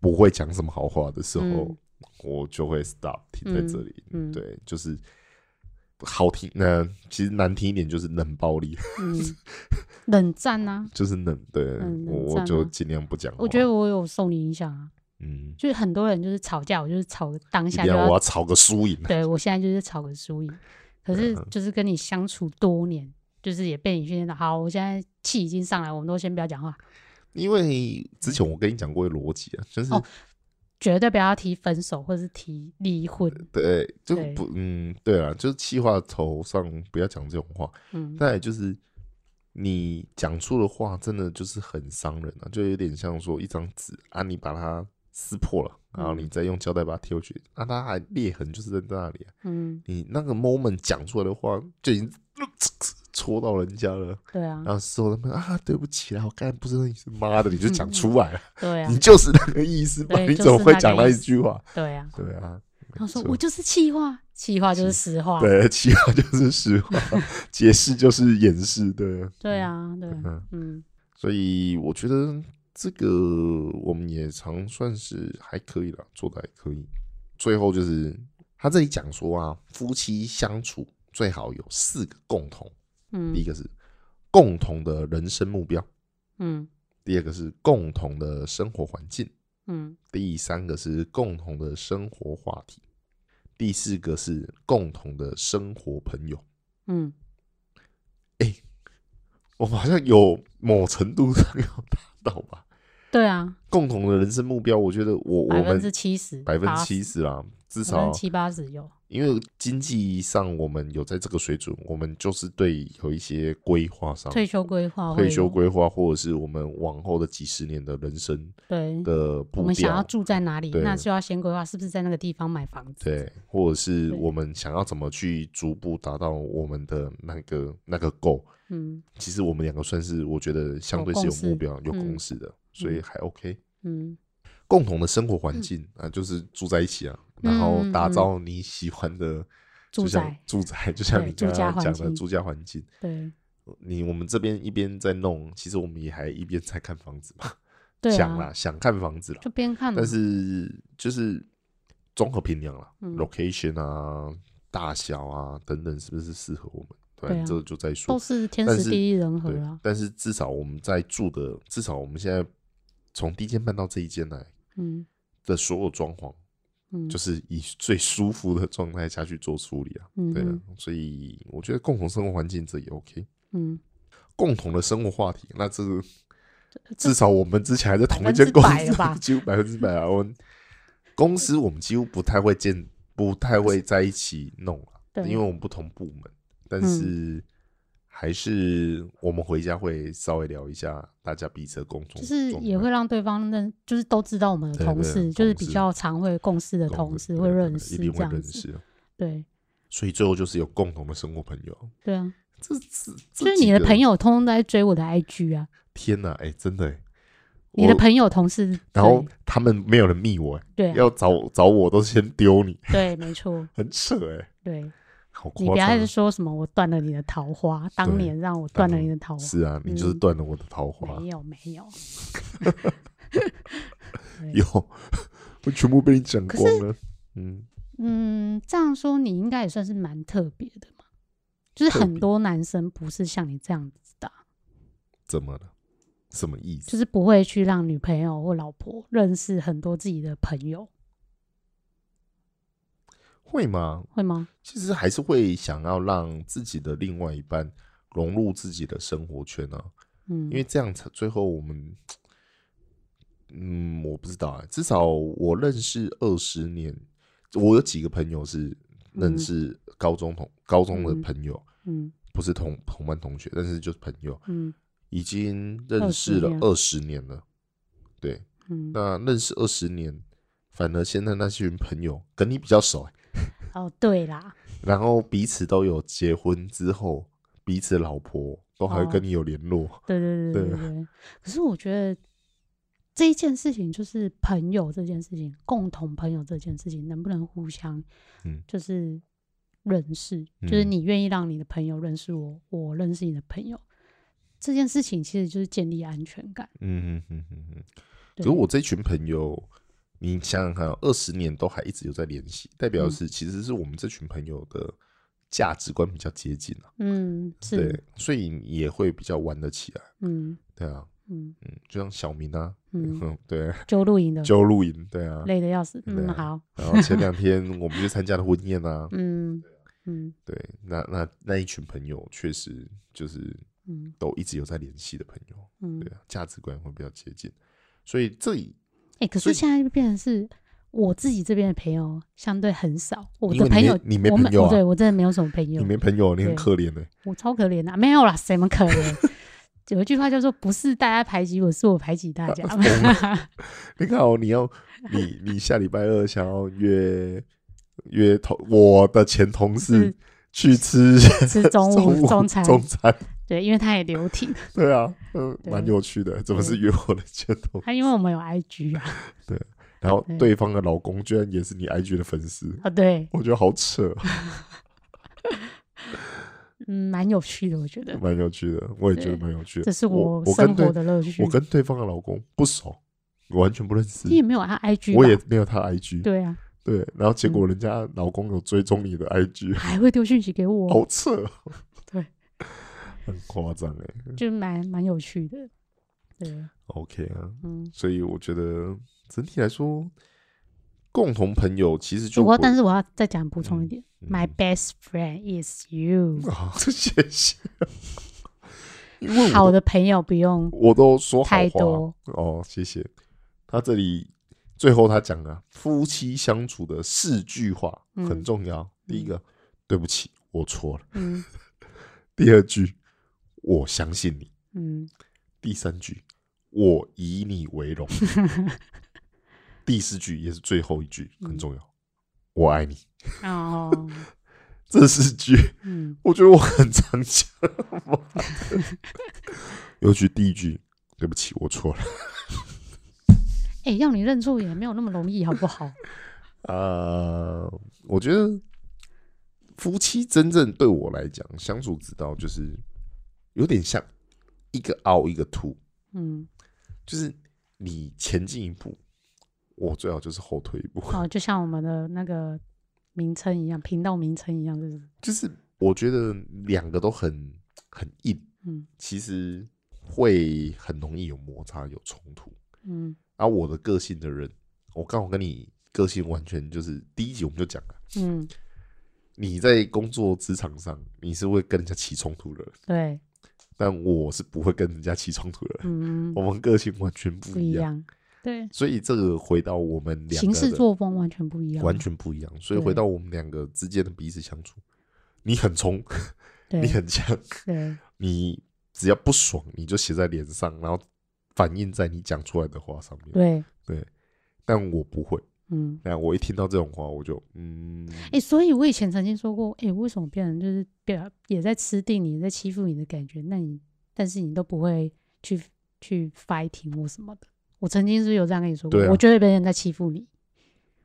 Speaker 1: 不会讲什么好话的时候，
Speaker 2: 嗯
Speaker 1: 我就会 stop 停在这里。
Speaker 2: 嗯嗯
Speaker 1: 对，就是好听，那、其实难听一点就是冷暴力，
Speaker 2: 嗯，冷战呐、
Speaker 1: 就是冷。对，
Speaker 2: 嗯冷
Speaker 1: 我我
Speaker 2: 战
Speaker 1: 就
Speaker 2: 啊
Speaker 1: 尽量不讲话。
Speaker 2: 我觉得我有受你影响啊。
Speaker 1: 嗯，
Speaker 2: 就是很多人就是吵架，我就是吵个当
Speaker 1: 一
Speaker 2: 下
Speaker 1: 定
Speaker 2: 就
Speaker 1: 要
Speaker 2: 要，
Speaker 1: 我要吵个输赢。
Speaker 2: 对我现在就是吵个输赢。可是
Speaker 1: 嗯
Speaker 2: 就是跟你相处多年，就是也被你训练到，好，我现在气已经上来，我们都先不要讲话，
Speaker 1: 因为之前我跟你讲过的逻辑啊，就是、
Speaker 2: 哦绝对不要提分手或是提离婚。
Speaker 1: 对，就
Speaker 2: 对
Speaker 1: 不嗯，对啊，就是气话头上不要讲这种话。
Speaker 2: 嗯
Speaker 1: 再来就是你讲出的话，真的就是很伤人啊，就有点像说一张纸啊，你把它撕破了，然后
Speaker 2: 嗯
Speaker 1: 你再用胶带把它贴回去，那、它还裂痕就是在那里啊、
Speaker 2: 嗯，
Speaker 1: 你那个 moment 讲出来的话，就已经戳到人家了，
Speaker 2: 对啊
Speaker 1: 然，后事后他们啊，对不起啦，我刚才不是那意思，妈的，你就讲出来了，
Speaker 2: 对啊
Speaker 1: 你，就是那个意思嘛，
Speaker 2: 对
Speaker 1: 你
Speaker 2: 就
Speaker 1: 怎么
Speaker 2: 是
Speaker 1: 会
Speaker 2: 那
Speaker 1: 讲
Speaker 2: 个
Speaker 1: 那
Speaker 2: 意
Speaker 1: 一
Speaker 2: 思
Speaker 1: 句话？
Speaker 2: 对啊。
Speaker 1: 对啊，
Speaker 2: 然后说
Speaker 1: 没错
Speaker 2: 我就是气话，气话就是实话。
Speaker 1: 对，气话就是实话，解释就是掩饰，对啊。
Speaker 2: 对啊，对啊
Speaker 1: 嗯，
Speaker 2: 嗯
Speaker 1: 所以我觉得这个我们也常算是还可以啦，做的还可以。最后就是他这里讲说啊，夫妻相处最好有四个共同，第一
Speaker 2: 嗯
Speaker 1: 个是共同的人生目标，
Speaker 2: 嗯
Speaker 1: 第二个是共同的生活环境，
Speaker 2: 嗯
Speaker 1: 第三个是共同的生活话题，第四个是共同的生活朋友。
Speaker 2: 嗯，
Speaker 1: 我们好像有某程度上要达到吧。
Speaker 2: 对啊，
Speaker 1: 共同的人生目标，我觉得我我
Speaker 2: 百分
Speaker 1: 们
Speaker 2: 之七十，
Speaker 1: 百分
Speaker 2: 八
Speaker 1: 之
Speaker 2: 十
Speaker 1: 七十哦啦，至
Speaker 2: 百分
Speaker 1: 少
Speaker 2: 之七八十有。
Speaker 1: 因为经济上我们有在这个水准，我们就是对有一些规划上
Speaker 2: 退休规划会有，
Speaker 1: 退休规划，或者是我们往后的几十年的人生
Speaker 2: 对，
Speaker 1: 的
Speaker 2: 我
Speaker 1: 步
Speaker 2: 们想要
Speaker 1: 调，
Speaker 2: 住在哪里，
Speaker 1: 对
Speaker 2: 那就要先规划是不是在那个地方买房子。
Speaker 1: 对，或者是
Speaker 2: 对
Speaker 1: 我们想要怎么去逐步达到我们的那个那个 goal。
Speaker 2: 嗯
Speaker 1: 其实我们两个算是我觉得相
Speaker 2: 有
Speaker 1: 对
Speaker 2: 共
Speaker 1: 是有
Speaker 2: 识
Speaker 1: 目标、有
Speaker 2: 嗯
Speaker 1: 共识的，所以还 OK。
Speaker 2: 嗯
Speaker 1: 共同的生活环境啊，就是住在一起啊，然后
Speaker 2: 嗯嗯
Speaker 1: 打
Speaker 2: 嗯
Speaker 1: 造你喜欢的
Speaker 2: 住
Speaker 1: 就像
Speaker 2: 宅
Speaker 1: 住宅 就像
Speaker 2: 对
Speaker 1: 你刚
Speaker 2: 住家
Speaker 1: 刚
Speaker 2: 环
Speaker 1: 讲的
Speaker 2: 境
Speaker 1: 住家环境。
Speaker 2: 对
Speaker 1: 你我们这边一边在弄，其实我们也还一边在看房子嘛，
Speaker 2: 对
Speaker 1: 想啦，
Speaker 2: 啊，
Speaker 1: 想看房子啦，
Speaker 2: 就边看嘛，
Speaker 1: 但是就是综合评量啦、
Speaker 2: 嗯
Speaker 1: l o c a t i o n 啊、大小啊等等，是不是适合我们？对，
Speaker 2: 对啊
Speaker 1: 这就再
Speaker 2: 都啊
Speaker 1: 说。
Speaker 2: 是天
Speaker 1: 但
Speaker 2: 时
Speaker 1: 是
Speaker 2: 地利人和
Speaker 1: 对
Speaker 2: 啦，。
Speaker 1: 但是至少我们在住的，至少我们现在从第一间搬到这一间来，
Speaker 2: 嗯
Speaker 1: 的所有装潢，
Speaker 2: 嗯，
Speaker 1: 就是是以最舒服的状态下去做处理啊。
Speaker 2: 嗯
Speaker 1: 对啊
Speaker 2: 哼，
Speaker 1: 所以我觉得共同生活环境这也 OK。
Speaker 2: 嗯，
Speaker 1: 共同的生活话题，那这个 至少我们之前还在同一间
Speaker 2: 100%
Speaker 1: 公
Speaker 2: 了吧
Speaker 1: 司，几乎百分之百啊。我们公司我们几乎不太会见，不太会在一起弄啊，
Speaker 2: 对，嗯
Speaker 1: 因为我们不同部门，但是还是我们回家会稍微聊一下大家彼此的工作，
Speaker 2: 就是也会让对方认，就是都知道我们的
Speaker 1: 对
Speaker 2: 同
Speaker 1: 对啊
Speaker 2: 事，
Speaker 1: 同
Speaker 2: 就是比
Speaker 1: 事
Speaker 2: 较常会共事
Speaker 1: 啊
Speaker 2: 的同事会认识
Speaker 1: 一定
Speaker 2: 这
Speaker 1: 会
Speaker 2: 样
Speaker 1: 认
Speaker 2: 子，
Speaker 1: 识啊。
Speaker 2: 对
Speaker 1: 所以最后就是有共同的生活朋友，
Speaker 2: 对啊，
Speaker 1: 这这
Speaker 2: 就
Speaker 1: 这
Speaker 2: 是你的
Speaker 1: 几个
Speaker 2: 朋，友通通都在追我的 IG 啊，
Speaker 1: 天哪，哎，真的哎，
Speaker 2: 你的
Speaker 1: 我
Speaker 2: 朋友同事，
Speaker 1: 然后他们没有人密我，哎
Speaker 2: 对对啊
Speaker 1: 要找找我都是先丢你，
Speaker 2: 对，没错，
Speaker 1: 很扯哎、
Speaker 2: 对
Speaker 1: 好
Speaker 2: 你不
Speaker 1: 夸
Speaker 2: 要
Speaker 1: 张
Speaker 2: 再
Speaker 1: 啊。
Speaker 2: 说什么我断了你的桃花，当
Speaker 1: 对
Speaker 2: 年让我
Speaker 1: 当
Speaker 2: 断了你
Speaker 1: 年
Speaker 2: 的桃花，
Speaker 1: 是啊，你就是
Speaker 2: 嗯
Speaker 1: 断了我的桃花，
Speaker 2: 没有没有，对
Speaker 1: 有， 我全部被你讲
Speaker 2: 可
Speaker 1: 光了。嗯，
Speaker 2: 嗯，这样说你应该也算是蛮特别的嘛，就是
Speaker 1: 特
Speaker 2: 很
Speaker 1: 别
Speaker 2: 多男生不是像你这样子的啊、
Speaker 1: 怎么了？什么意思？
Speaker 2: 就是不会去让女朋友或老婆认识很多自己的朋友，
Speaker 1: 会吗？
Speaker 2: 会吗？
Speaker 1: 其实还是会想要让自己的另外一半融入自己的生活圈啊，
Speaker 2: 嗯，
Speaker 1: 因为这样才最后我们，嗯，我不知道啊、至少我认识二十年，我有几个朋友是认
Speaker 2: 嗯
Speaker 1: 识高中同、高中的
Speaker 2: 嗯
Speaker 1: 朋友，
Speaker 2: 嗯
Speaker 1: 不是同同班同学，但是就是朋友，
Speaker 2: 嗯
Speaker 1: 已经认识了
Speaker 2: 20年
Speaker 1: 二十年了。对，
Speaker 2: 嗯，
Speaker 1: 那认识二十年，反而现在那群朋友跟你比较熟欸、
Speaker 2: 哦，对啦，
Speaker 1: 然后彼此都有结婚之后，彼此老婆都
Speaker 2: 哦
Speaker 1: 还会跟你有联络。
Speaker 2: 对对对对
Speaker 1: 对
Speaker 2: 对对。可是我觉得这一件事情，就是朋友这件事情，共同朋友这件事情，能不能互相，
Speaker 1: 嗯
Speaker 2: 就是认识，就是
Speaker 1: 嗯
Speaker 2: 你愿意让你的朋友认识我，我认识你的朋友，这件事情其实就是建立安全感。
Speaker 1: 嗯嗯嗯嗯嗯。可
Speaker 2: 对
Speaker 1: 是我这群朋友，你想想看哦，二十年都还一直有在联系，代表
Speaker 2: 嗯
Speaker 1: 是、其实是我们这群朋友的价值观比较接近啊。
Speaker 2: 嗯是
Speaker 1: 对，所以你也会比较玩得起来。
Speaker 2: 嗯
Speaker 1: 对啊，
Speaker 2: 嗯
Speaker 1: 嗯，就像小明啊，
Speaker 2: 嗯，
Speaker 1: 嗯，对，
Speaker 2: 就露营的
Speaker 1: 就露营，对啊。
Speaker 2: 累的要死。
Speaker 1: 对
Speaker 2: 嗯
Speaker 1: 啊
Speaker 2: 好，
Speaker 1: 然后前两天我们去参加了婚宴啊，
Speaker 2: 嗯嗯
Speaker 1: 对，那那那一群朋友确实就是
Speaker 2: 嗯
Speaker 1: 都一直有在联系的朋友，
Speaker 2: 嗯
Speaker 1: 对。啊，价值观会比较接近，所以这里
Speaker 2: 哎、可
Speaker 1: 所
Speaker 2: 是
Speaker 1: 以
Speaker 2: 现在就变成是我自己这边的朋友相对很少，我
Speaker 1: 因为
Speaker 2: 的
Speaker 1: 你
Speaker 2: 朋
Speaker 1: 没
Speaker 2: 友
Speaker 1: 你没
Speaker 2: 我
Speaker 1: 朋
Speaker 2: 们哦
Speaker 1: 友啊
Speaker 2: 对我真的没有什么朋友
Speaker 1: 你，没朋友，你很
Speaker 2: 对
Speaker 1: 可怜欸 的、。
Speaker 2: 我超可怜的、啊没有啦，什么可怜？ 有一句话叫做“不是大家排挤我，是我排挤大家”
Speaker 1: 疯你看哦，你要你你下礼拜二想要约约同我的前同事
Speaker 2: 是
Speaker 1: 去吃
Speaker 2: 嗯吃中午
Speaker 1: 午
Speaker 2: 中 餐，
Speaker 1: 中餐，
Speaker 2: 对，因为他也留体，
Speaker 1: 对啊，嗯，
Speaker 2: 对
Speaker 1: 蛮有趣的，怎么是
Speaker 2: 对
Speaker 1: 约我的前同
Speaker 2: 他因为我们有 IG 啊，
Speaker 1: 然后
Speaker 2: 对
Speaker 1: 对方的老公居然也是你 IG 的粉丝，
Speaker 2: 啊，对，
Speaker 1: 我觉得好 扯，
Speaker 2: 嗯，蛮有趣的，我觉得
Speaker 1: 蛮有趣的，我也觉得
Speaker 2: 对
Speaker 1: 蛮有趣的。
Speaker 2: 这是
Speaker 1: 我我
Speaker 2: 生
Speaker 1: 跟对
Speaker 2: 活的乐趣
Speaker 1: 我。跟对方的老公不熟，我完全不认识
Speaker 2: 你，也没有他 IG，吧
Speaker 1: 我也没有他 IG，
Speaker 2: 对啊，
Speaker 1: 对然后结
Speaker 2: 嗯
Speaker 1: 果人家老公有追踪你的 IG，
Speaker 2: 还会丢讯息给我，
Speaker 1: 好扯，
Speaker 2: 哦
Speaker 1: 哦
Speaker 2: 对，
Speaker 1: 很夸张哎。
Speaker 2: 就蛮蛮有趣的。对，
Speaker 1: OK 啊，
Speaker 2: 嗯，
Speaker 1: 所以我觉得整体来说，共同朋友其实就
Speaker 2: 我但
Speaker 1: 是
Speaker 2: 是我要再讲补充一点、m y
Speaker 1: 嗯
Speaker 2: best friend is you。
Speaker 1: 啊，谢谢， 因为
Speaker 2: 好
Speaker 1: 我
Speaker 2: 的朋友不用
Speaker 1: 我都说好
Speaker 2: 太
Speaker 1: 话了。
Speaker 2: 多，
Speaker 1: 哦，谢谢。他这里最后他讲了夫妻相处的四句话
Speaker 2: 嗯
Speaker 1: 很重要。第一个，对不起，我错了。
Speaker 2: 嗯
Speaker 1: 第二句，我相信你。
Speaker 2: 嗯
Speaker 1: 第三句，我以你为荣。第四句也是最后一句，很
Speaker 2: 嗯
Speaker 1: 重要。我爱你。
Speaker 2: 哦，
Speaker 1: 这四句，
Speaker 2: 嗯
Speaker 1: 我觉得我很常讲。妈的尤其第一句，对不起，我错了。
Speaker 2: 哎、要你认错也没有那么容易，好不好？
Speaker 1: 呃，我觉得夫妻真正对我来讲相处之道，就是有点像一个凹一个凸，
Speaker 2: 嗯，
Speaker 1: 就是你前进一步，我最好就是后退一步。
Speaker 2: 哦，就像我们的那个名称一样，频道名称一样，就是
Speaker 1: 就是我觉得两个都很很硬，
Speaker 2: 嗯
Speaker 1: 其实会很容易有摩擦、有冲突。啊
Speaker 2: 嗯
Speaker 1: 而、我的个性的人，我刚好跟你个性完全就是第一集我们就讲了，
Speaker 2: 嗯，
Speaker 1: 你在工作职场上你是会跟人家起冲突的人，
Speaker 2: 对，
Speaker 1: 但我是不会跟人家起冲突的人，
Speaker 2: 嗯，
Speaker 1: 我们个性完全哦不
Speaker 2: 不
Speaker 1: 一
Speaker 2: 一
Speaker 1: 样。
Speaker 2: 样，对，
Speaker 1: 所以这个回到我们两
Speaker 2: 行
Speaker 1: 个
Speaker 2: 事
Speaker 1: 的
Speaker 2: 作风完全不一样，
Speaker 1: 完全不一样，所以
Speaker 2: 对
Speaker 1: 回到我们两个之间的彼此相处，你很冲，
Speaker 2: 对
Speaker 1: 你很强，
Speaker 2: 对
Speaker 1: 你只要不爽你就写在脸上，然后反映在你讲出来的话上面。
Speaker 2: 对，
Speaker 1: 但我不会，
Speaker 2: 嗯，
Speaker 1: 那我一听到这种话，我就嗯，
Speaker 2: 哎、所以我以前曾经说过，哎、为什么别人就是别也在吃定你，也在欺负你的感觉，那你但是你都不会去去 fighting 或什么的。我曾经是不是有这样跟你说过，
Speaker 1: 对啊
Speaker 2: 我觉得别人在欺负你，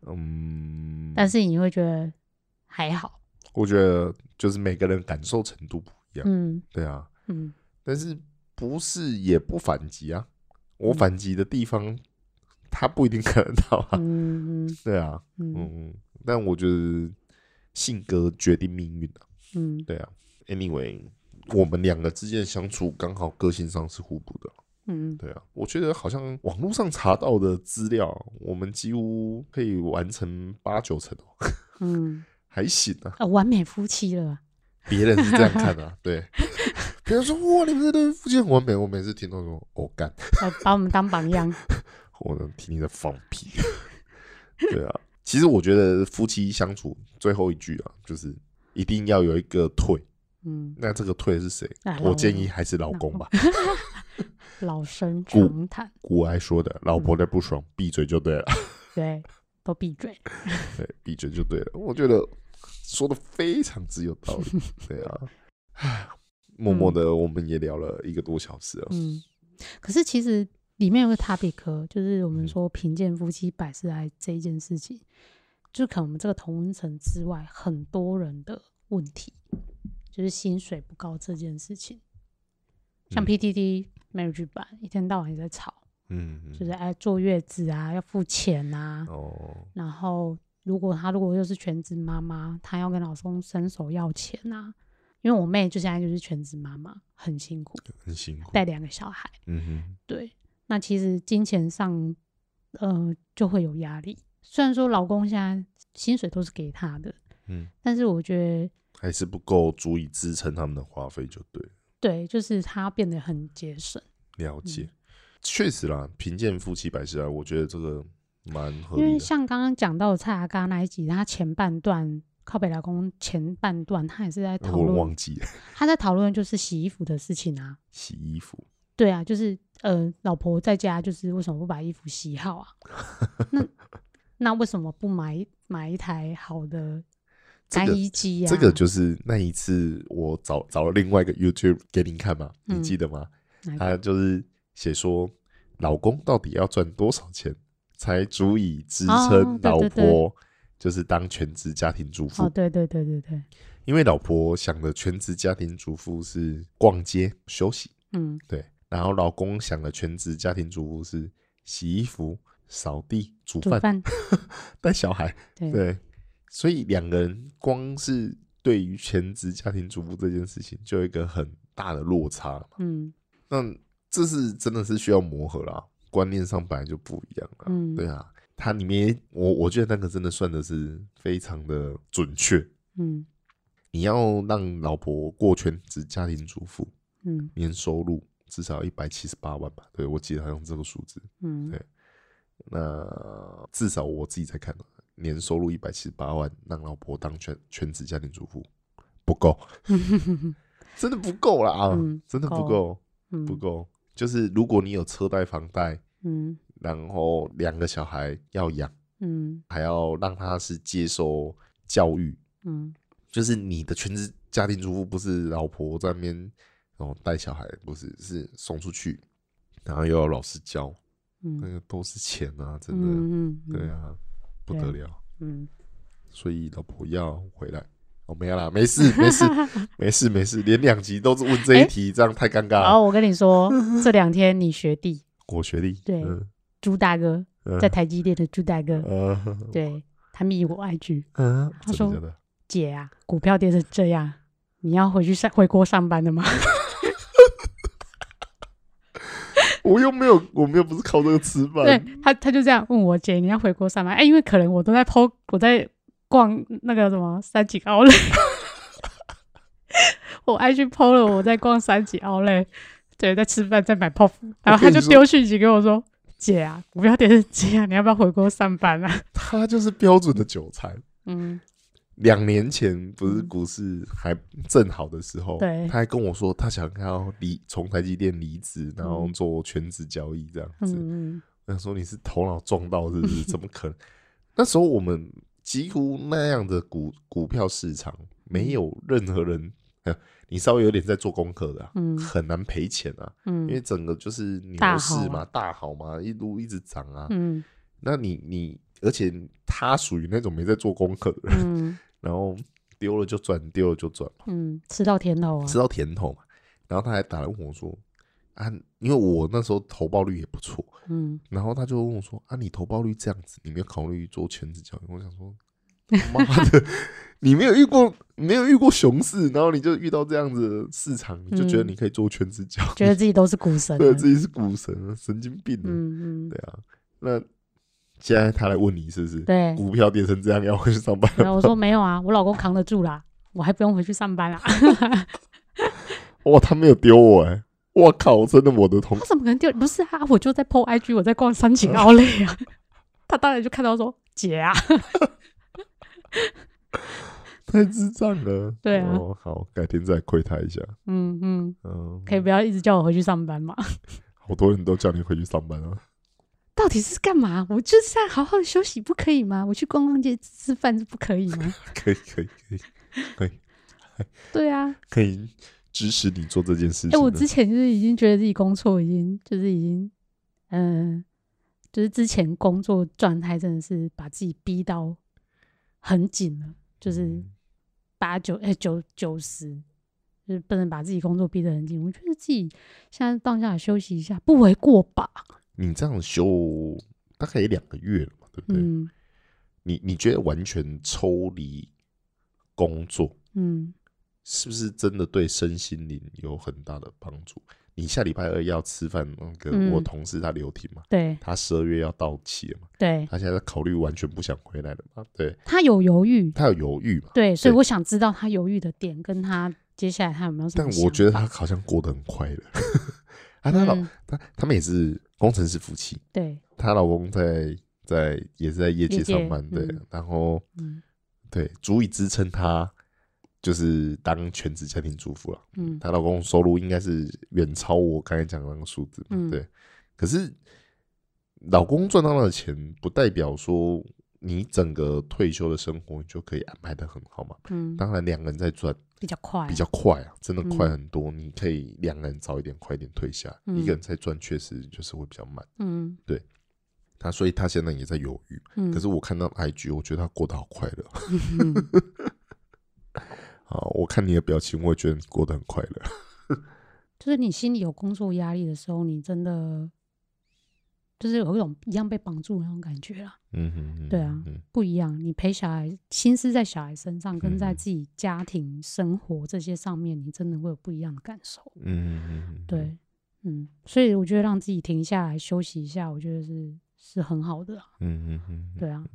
Speaker 1: 嗯，
Speaker 2: 但是你会觉得还好，
Speaker 1: 我觉得就是每个人感受程度不一样，
Speaker 2: 嗯
Speaker 1: 对啊，
Speaker 2: 嗯，
Speaker 1: 但是不是也不反击啊？我
Speaker 2: 嗯
Speaker 1: 反击的地方，他不一定看得到啊，
Speaker 2: 嗯嗯
Speaker 1: 对啊，
Speaker 2: 嗯
Speaker 1: 嗯，但我觉得性格决定命运啊，
Speaker 2: 嗯
Speaker 1: 对啊。Anyway，我们两个之间的相处刚好个性上是互补的，
Speaker 2: 嗯，
Speaker 1: 对啊。我觉得好像网络上查到的资料，我们几乎可以完成八九成哦，
Speaker 2: 嗯，
Speaker 1: 还行啊。
Speaker 2: 啊，完美夫妻了啊，
Speaker 1: 别人是这样看的、啊，对。 别人说哇，你们这对夫妻很完美，我每次听到说，我、哦、干，
Speaker 2: 来把我们当榜样，
Speaker 1: 我能听你在放屁。 对啊，其实我觉得夫妻相处最后一句啊，就是一定要有一个退。
Speaker 2: 嗯，
Speaker 1: 那这个退是谁
Speaker 2: 啊？
Speaker 1: 我建议还是老公吧。
Speaker 2: 老生
Speaker 1: 顾
Speaker 2: 常谈，
Speaker 1: 古埃说的，老婆在不爽，闭嘴就对了，
Speaker 2: 对，都闭嘴，
Speaker 1: 对，闭嘴就对了。我觉得说的非常之有道 理。对啊，唉默默的我们也聊了一个多小时了。
Speaker 2: 嗯，可是其实里面有个 topic，就是我们
Speaker 1: 嗯
Speaker 2: 说贫贱夫妻百事哀这一件事情，就可能我们这个同温层之外，很多人的问题就是薪水不高这件事情。像
Speaker 1: 嗯
Speaker 2: PDD marriage 版一天到晚也在吵，
Speaker 1: 嗯，嗯
Speaker 2: 就是哎坐月子啊，要付钱啊，
Speaker 1: 哦，
Speaker 2: 然后如果她如果又是全职妈妈，她要跟老公伸手要钱啊。因为我妹就现在就是全职妈妈，很辛苦，
Speaker 1: 很辛苦。
Speaker 2: 带两个小孩。
Speaker 1: 嗯哼，
Speaker 2: 对，那其实金钱上，呃，就会有压力。虽然说老公现在薪水都是给他的，
Speaker 1: 嗯，
Speaker 2: 但是我觉得，
Speaker 1: 还是不够足以支撑他们的花费，就对了。
Speaker 2: 对，就是他变得很节省，
Speaker 1: 了解，
Speaker 2: 嗯
Speaker 1: 确实啦，贫贱夫妻百事哀，我觉得这个蛮合
Speaker 2: 因
Speaker 1: 理
Speaker 2: 为
Speaker 1: 的。
Speaker 2: 像刚刚讲到的蔡阿嘎那一集，他前半段靠北老公前半段，他也是在讨
Speaker 1: 我
Speaker 2: 论
Speaker 1: 忘，记了
Speaker 2: 他在讨论就是洗衣服的事情啊，
Speaker 1: 洗衣服，
Speaker 2: 对啊，就是呃，老婆在家就是为什么不把衣服洗 好啊？那那为什么不买买一台好的
Speaker 1: 这
Speaker 2: 干
Speaker 1: 个
Speaker 2: 衣机啊？
Speaker 1: 这个就是那一次我找找了另外一个 YouTube 给您看嘛，
Speaker 2: 嗯
Speaker 1: 你记得吗？
Speaker 2: 哪一个
Speaker 1: 他就是写说，老公到底要赚多少钱才足以支
Speaker 2: 哦
Speaker 1: 撑
Speaker 2: 对
Speaker 1: 老
Speaker 2: 对对
Speaker 1: 婆就是当全职家庭主妇？
Speaker 2: 哦，对对对对对，
Speaker 1: 因为老婆想的全职家庭主妇是逛街休息，
Speaker 2: 嗯
Speaker 1: 对，然后老公想的全职家庭主妇是洗衣服、扫地、煮
Speaker 2: 煮
Speaker 1: 饭、
Speaker 2: 饭，
Speaker 1: 带小孩，
Speaker 2: 对
Speaker 1: 对，所以两个人光是对于全职家庭主妇这件事情，就有一个很大的落差了嘛。
Speaker 2: 嗯
Speaker 1: 那这是真的是需要磨合啦，观念上本来就不一样了。
Speaker 2: 嗯
Speaker 1: 对啊，它里面我我觉得那个真的算的是非常的准确。
Speaker 2: 嗯
Speaker 1: 你要让老婆过全职家庭主妇，
Speaker 2: 嗯
Speaker 1: 年收入至少一百七十八万吧？对我记得好像这个数字。
Speaker 2: 嗯
Speaker 1: 对那至少我自己在看，年收入一百七十八万，让老婆当全全职家庭主妇不 够，真的不够啦，啊
Speaker 2: 嗯
Speaker 1: 真的不
Speaker 2: 够
Speaker 1: 够，
Speaker 2: 嗯，
Speaker 1: 不够。就是如果你有车贷、房贷，
Speaker 2: 嗯
Speaker 1: 然后两个小孩要养，
Speaker 2: 嗯
Speaker 1: 还要让他是接受教育，
Speaker 2: 嗯
Speaker 1: 就是你的全职家庭主妇不是老婆在那边，然后带小孩，不是是送出去，然后又要老师教，那
Speaker 2: 嗯
Speaker 1: 个都是钱啊，真的。
Speaker 2: 嗯，
Speaker 1: 对啊，不
Speaker 2: 对
Speaker 1: 得
Speaker 2: 啊
Speaker 1: 了，
Speaker 2: 嗯，
Speaker 1: 所以老婆要回来。哦，没有啦，没事，没事，没事，没事，连两集都是问这一
Speaker 2: 哎
Speaker 1: 题，这样太尴尬
Speaker 2: 然
Speaker 1: 了。
Speaker 2: 后我跟你说，这两天你学弟
Speaker 1: 我学历，
Speaker 2: 对
Speaker 1: 嗯
Speaker 2: 朱大哥
Speaker 1: 嗯
Speaker 2: 在台积电的朱大哥，
Speaker 1: 呃，
Speaker 2: 对他密我 IG
Speaker 1: 嗯，
Speaker 2: 他
Speaker 1: 真
Speaker 2: 说
Speaker 1: 的假的？
Speaker 2: 姐啊，股票跌成这样，你要回去上回国上班的吗？
Speaker 1: 我又没有，我们又不是靠这个吃
Speaker 2: 对
Speaker 1: 饭。
Speaker 2: 他，他就这样问我姐，你要回锅散吗？哎、因为可能我都在剖，我在逛那个什么三井奥莱， 我爱去剖了，我在逛三井奥莱，对，在吃饭，在买泡芙，然
Speaker 1: 我
Speaker 2: 后他
Speaker 1: 跟
Speaker 2: 就
Speaker 1: 你说
Speaker 2: 丢讯息给我说。姐啊，我不要点姐啊，你要不要回锅上班啊？
Speaker 1: 他就是标准的韭菜。
Speaker 2: 嗯，
Speaker 1: 两年前不是
Speaker 2: 嗯
Speaker 1: 股市还正好的时候，
Speaker 2: 对
Speaker 1: 他还跟我说他想要离从台积电离职，然后做全职交易这样子。
Speaker 2: 嗯，
Speaker 1: 那时候你是头脑撞到是不是？怎么可能？那时候我们几乎那样的股股票市场，
Speaker 2: 嗯
Speaker 1: 没有任何人，呃你稍微有点在做功课的啊、
Speaker 2: 嗯
Speaker 1: 很难赔钱啊，
Speaker 2: 嗯
Speaker 1: 因为整个就是牛
Speaker 2: 大
Speaker 1: 市
Speaker 2: 好
Speaker 1: 嘛，
Speaker 2: 啊
Speaker 1: 大好嘛，一路一直涨啊。
Speaker 2: 嗯
Speaker 1: 那你你，而且他属于那种没在做功课的人，
Speaker 2: 嗯
Speaker 1: 然后丢了就赚，丢了就赚嘛，
Speaker 2: 嗯，吃到甜头啊
Speaker 1: 吃，到甜头嘛。然后他还打来问我说：“啊，因为我那时候投报率也不错，
Speaker 2: 嗯，
Speaker 1: 然后他就问我说：“啊，你投报率这样子，你没有考虑做全职教育？”我想说，妈的， 你没有遇过没有遇过熊市，然后你就遇到这样子的市场，你就觉得
Speaker 2: 嗯
Speaker 1: 你可以做全职教育，
Speaker 2: 觉得自己都是股神啊，
Speaker 1: 对自己是股神啊，神经病啊，
Speaker 2: 嗯嗯
Speaker 1: 对，啊。那现在他来问你是不是
Speaker 2: 对，
Speaker 1: 股票跌成这样，要回去上班？
Speaker 2: 然后我说没有啊，我老公扛得住啦，我还不用回去上班啊啦。
Speaker 1: 哇，他没有丢我哎、我靠，真的我的同
Speaker 2: 他 怎么可能丢？不是啊，我就在 PO IG，我在逛三井奥莱啊。 他当然就看到说姐啊，
Speaker 1: 太智障了。
Speaker 2: 对啊
Speaker 1: 哦，好，改天再亏他一下。
Speaker 2: 嗯嗯，
Speaker 1: 嗯，
Speaker 2: 可以不要一直叫我回去上班嘛？
Speaker 1: 好多人都叫你回去上班啊。
Speaker 2: 到底是干嘛？我就是在好好的休息，不可以吗？我去逛逛街、吃吃饭不可以吗？
Speaker 1: 可以，可以，可以，可以，
Speaker 2: 对啊，
Speaker 1: 可以支持你做这件事情
Speaker 2: 哎、
Speaker 1: 的。
Speaker 2: 我之前就是已经觉得自己工作已经就是已经，嗯、就是之前工作状态真的是把自己逼到很紧了，就是
Speaker 1: 嗯
Speaker 2: 八九哎九九十，就是不能把自己工作逼得很紧。我觉得自己现在放下来休息一下不为过吧？
Speaker 1: 你这样休大概也两个月了嘛，对不对？
Speaker 2: 嗯
Speaker 1: 你你觉得完全抽离工作，
Speaker 2: 嗯
Speaker 1: 是不是真的对身心灵有很大的帮助？你下礼拜二要吃饭，那个
Speaker 2: 嗯
Speaker 1: 我同事他留停嘛，
Speaker 2: 对
Speaker 1: 他十二月要到期了嘛，
Speaker 2: 对，
Speaker 1: 他现在在考虑完全不想回来了嘛，对
Speaker 2: 他有犹豫，
Speaker 1: 他有犹豫嘛，
Speaker 2: 对，所以
Speaker 1: 对
Speaker 2: 我想知道他犹豫的点，跟他接下来他有没有什
Speaker 1: 但
Speaker 2: 么想法？
Speaker 1: 我觉得他好像过得很快乐。 啊，他老、
Speaker 2: 嗯
Speaker 1: 他他们也是工程师夫妻，
Speaker 2: 对，
Speaker 1: 她老公在在也是在业界
Speaker 2: 业界
Speaker 1: 上班，对，
Speaker 2: 嗯
Speaker 1: 然后
Speaker 2: 嗯
Speaker 1: 对足以支撑她就是当全职家庭主妇了。
Speaker 2: 嗯
Speaker 1: 她老公收入应该是远超我刚才讲的那个数字嘛，
Speaker 2: 嗯
Speaker 1: 对。可是老公赚到的钱，不代表说你整个退休的生活你就可以安排的很好嘛。
Speaker 2: 嗯，
Speaker 1: 当然，两个人在赚
Speaker 2: 比较快，
Speaker 1: 比较快啊，真的快
Speaker 2: 嗯
Speaker 1: 很多。你可以两个人早一点、快一点退下，
Speaker 2: 嗯
Speaker 1: 一个人在赚确实就是会比较慢。
Speaker 2: 嗯
Speaker 1: 他所以他现在也在犹豫，
Speaker 2: 嗯，
Speaker 1: 可是我看到 IG，我觉得他过得好快乐
Speaker 2: 嗯
Speaker 1: 啊！我看你的表情，我也觉得你过得很快乐。
Speaker 2: 就是你心里有工作压力的时候，你真的就是有一种一样被绑住的那种感觉啦，
Speaker 1: 嗯哼嗯，
Speaker 2: 对啊
Speaker 1: 嗯，
Speaker 2: 不一样。你陪小孩，心思在小孩身上，跟在
Speaker 1: 嗯
Speaker 2: 自己家庭生活这些上面，你真的会有不一样的感受。
Speaker 1: 嗯嗯嗯，
Speaker 2: 对，嗯，所以我觉得让自己停下来休息一下，我觉得是是很好的啦。啊
Speaker 1: 嗯嗯嗯，
Speaker 2: 对啊，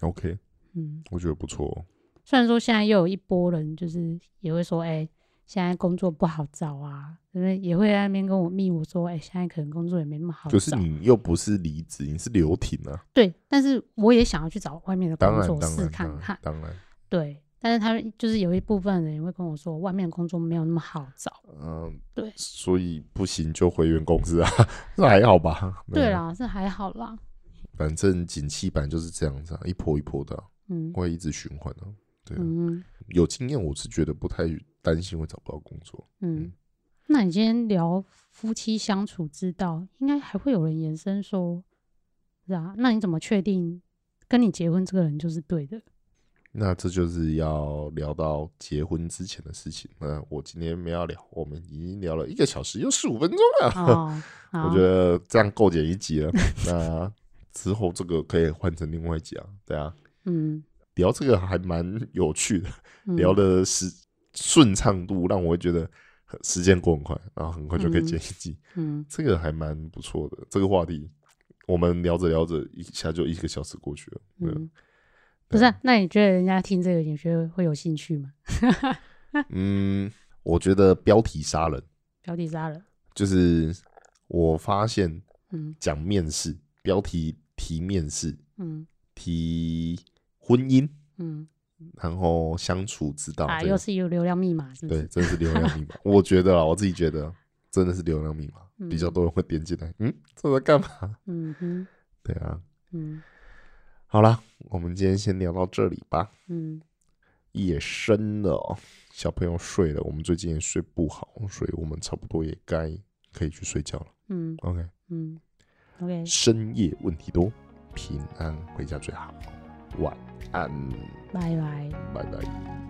Speaker 1: ，OK，
Speaker 2: 嗯，
Speaker 1: 我觉得不错哦。
Speaker 2: 虽然说现在又有一波人，就是也会说，哎、现在工作不好找啊，因为也会在那边跟我密我说，哎、现在可能工作也没那么好找。
Speaker 1: 就是你又不是离职，你是留停啊，
Speaker 2: 对，但是我也想要去找外面的
Speaker 1: 当
Speaker 2: 工
Speaker 1: 然
Speaker 2: 作
Speaker 1: 当
Speaker 2: 试
Speaker 1: 然
Speaker 2: 看
Speaker 1: 当
Speaker 2: 看
Speaker 1: 然。当然，
Speaker 2: 对，但是他就是有一部分人也会跟我说，外面的工作没有那么好找。
Speaker 1: 嗯，
Speaker 2: 对
Speaker 1: 所以不行就回原公司啊， 那还好吧？
Speaker 2: 对
Speaker 1: 啊，
Speaker 2: 啦，这还好啦。
Speaker 1: 反正景气版就是这样子啊，一波一波的啊，
Speaker 2: 嗯
Speaker 1: 会一直循环啊。对啊，
Speaker 2: 嗯
Speaker 1: 有经验我是觉得不太担心会找不到工作。
Speaker 2: 嗯。那你今天聊夫妻相处之道，应该还会有人延伸说，是啊？那你怎么确定跟你结婚这个人就是对 的？
Speaker 1: 那这就是要聊到结婚之前的事情。那我今天没有要聊，我们已经聊了一个小时又十五分钟了，
Speaker 2: 哦，好
Speaker 1: 我觉得这样够剪一集了。那之后这个可以换成另外一集啊，对啊，
Speaker 2: 嗯，
Speaker 1: 聊这个还蛮有趣的，
Speaker 2: 嗯
Speaker 1: 聊的是顺畅度让我会觉得时间过很快，然后很快就可以接一季，
Speaker 2: 嗯，
Speaker 1: 这个还蛮不错的。这个话题我们聊着聊着，一下就一个小时过去了。对
Speaker 2: 嗯，不是啊、那你觉得人家听这个，你觉得会有兴趣吗？
Speaker 1: 嗯，我觉得标题杀人
Speaker 2: 标题杀人，
Speaker 1: 就是我发现
Speaker 2: 嗯
Speaker 1: 讲面试标题提面试
Speaker 2: 嗯
Speaker 1: 提婚姻，
Speaker 2: 嗯，
Speaker 1: 然后相处之道，
Speaker 2: 啊，
Speaker 1: 这个
Speaker 2: 又是有流量密码，是不
Speaker 1: 对，
Speaker 2: 是？
Speaker 1: 真的是流量 密码。我觉得啊，我自己觉得真的是流量密码，
Speaker 2: 嗯
Speaker 1: 比较多人会点进来。嗯，这在干嘛？
Speaker 2: 嗯哼，
Speaker 1: 对啊，
Speaker 2: 嗯
Speaker 1: 好啦，我们今天先聊到这里吧。
Speaker 2: 嗯，
Speaker 1: 夜深了哦，小朋友睡了，我们最近也睡不好，所以我们差不多也该可以去睡觉了。
Speaker 2: 嗯
Speaker 1: OK，
Speaker 2: 嗯，OK，
Speaker 1: 深夜问题多，平安回家最好。晚安，
Speaker 2: 拜拜。
Speaker 1: 拜拜。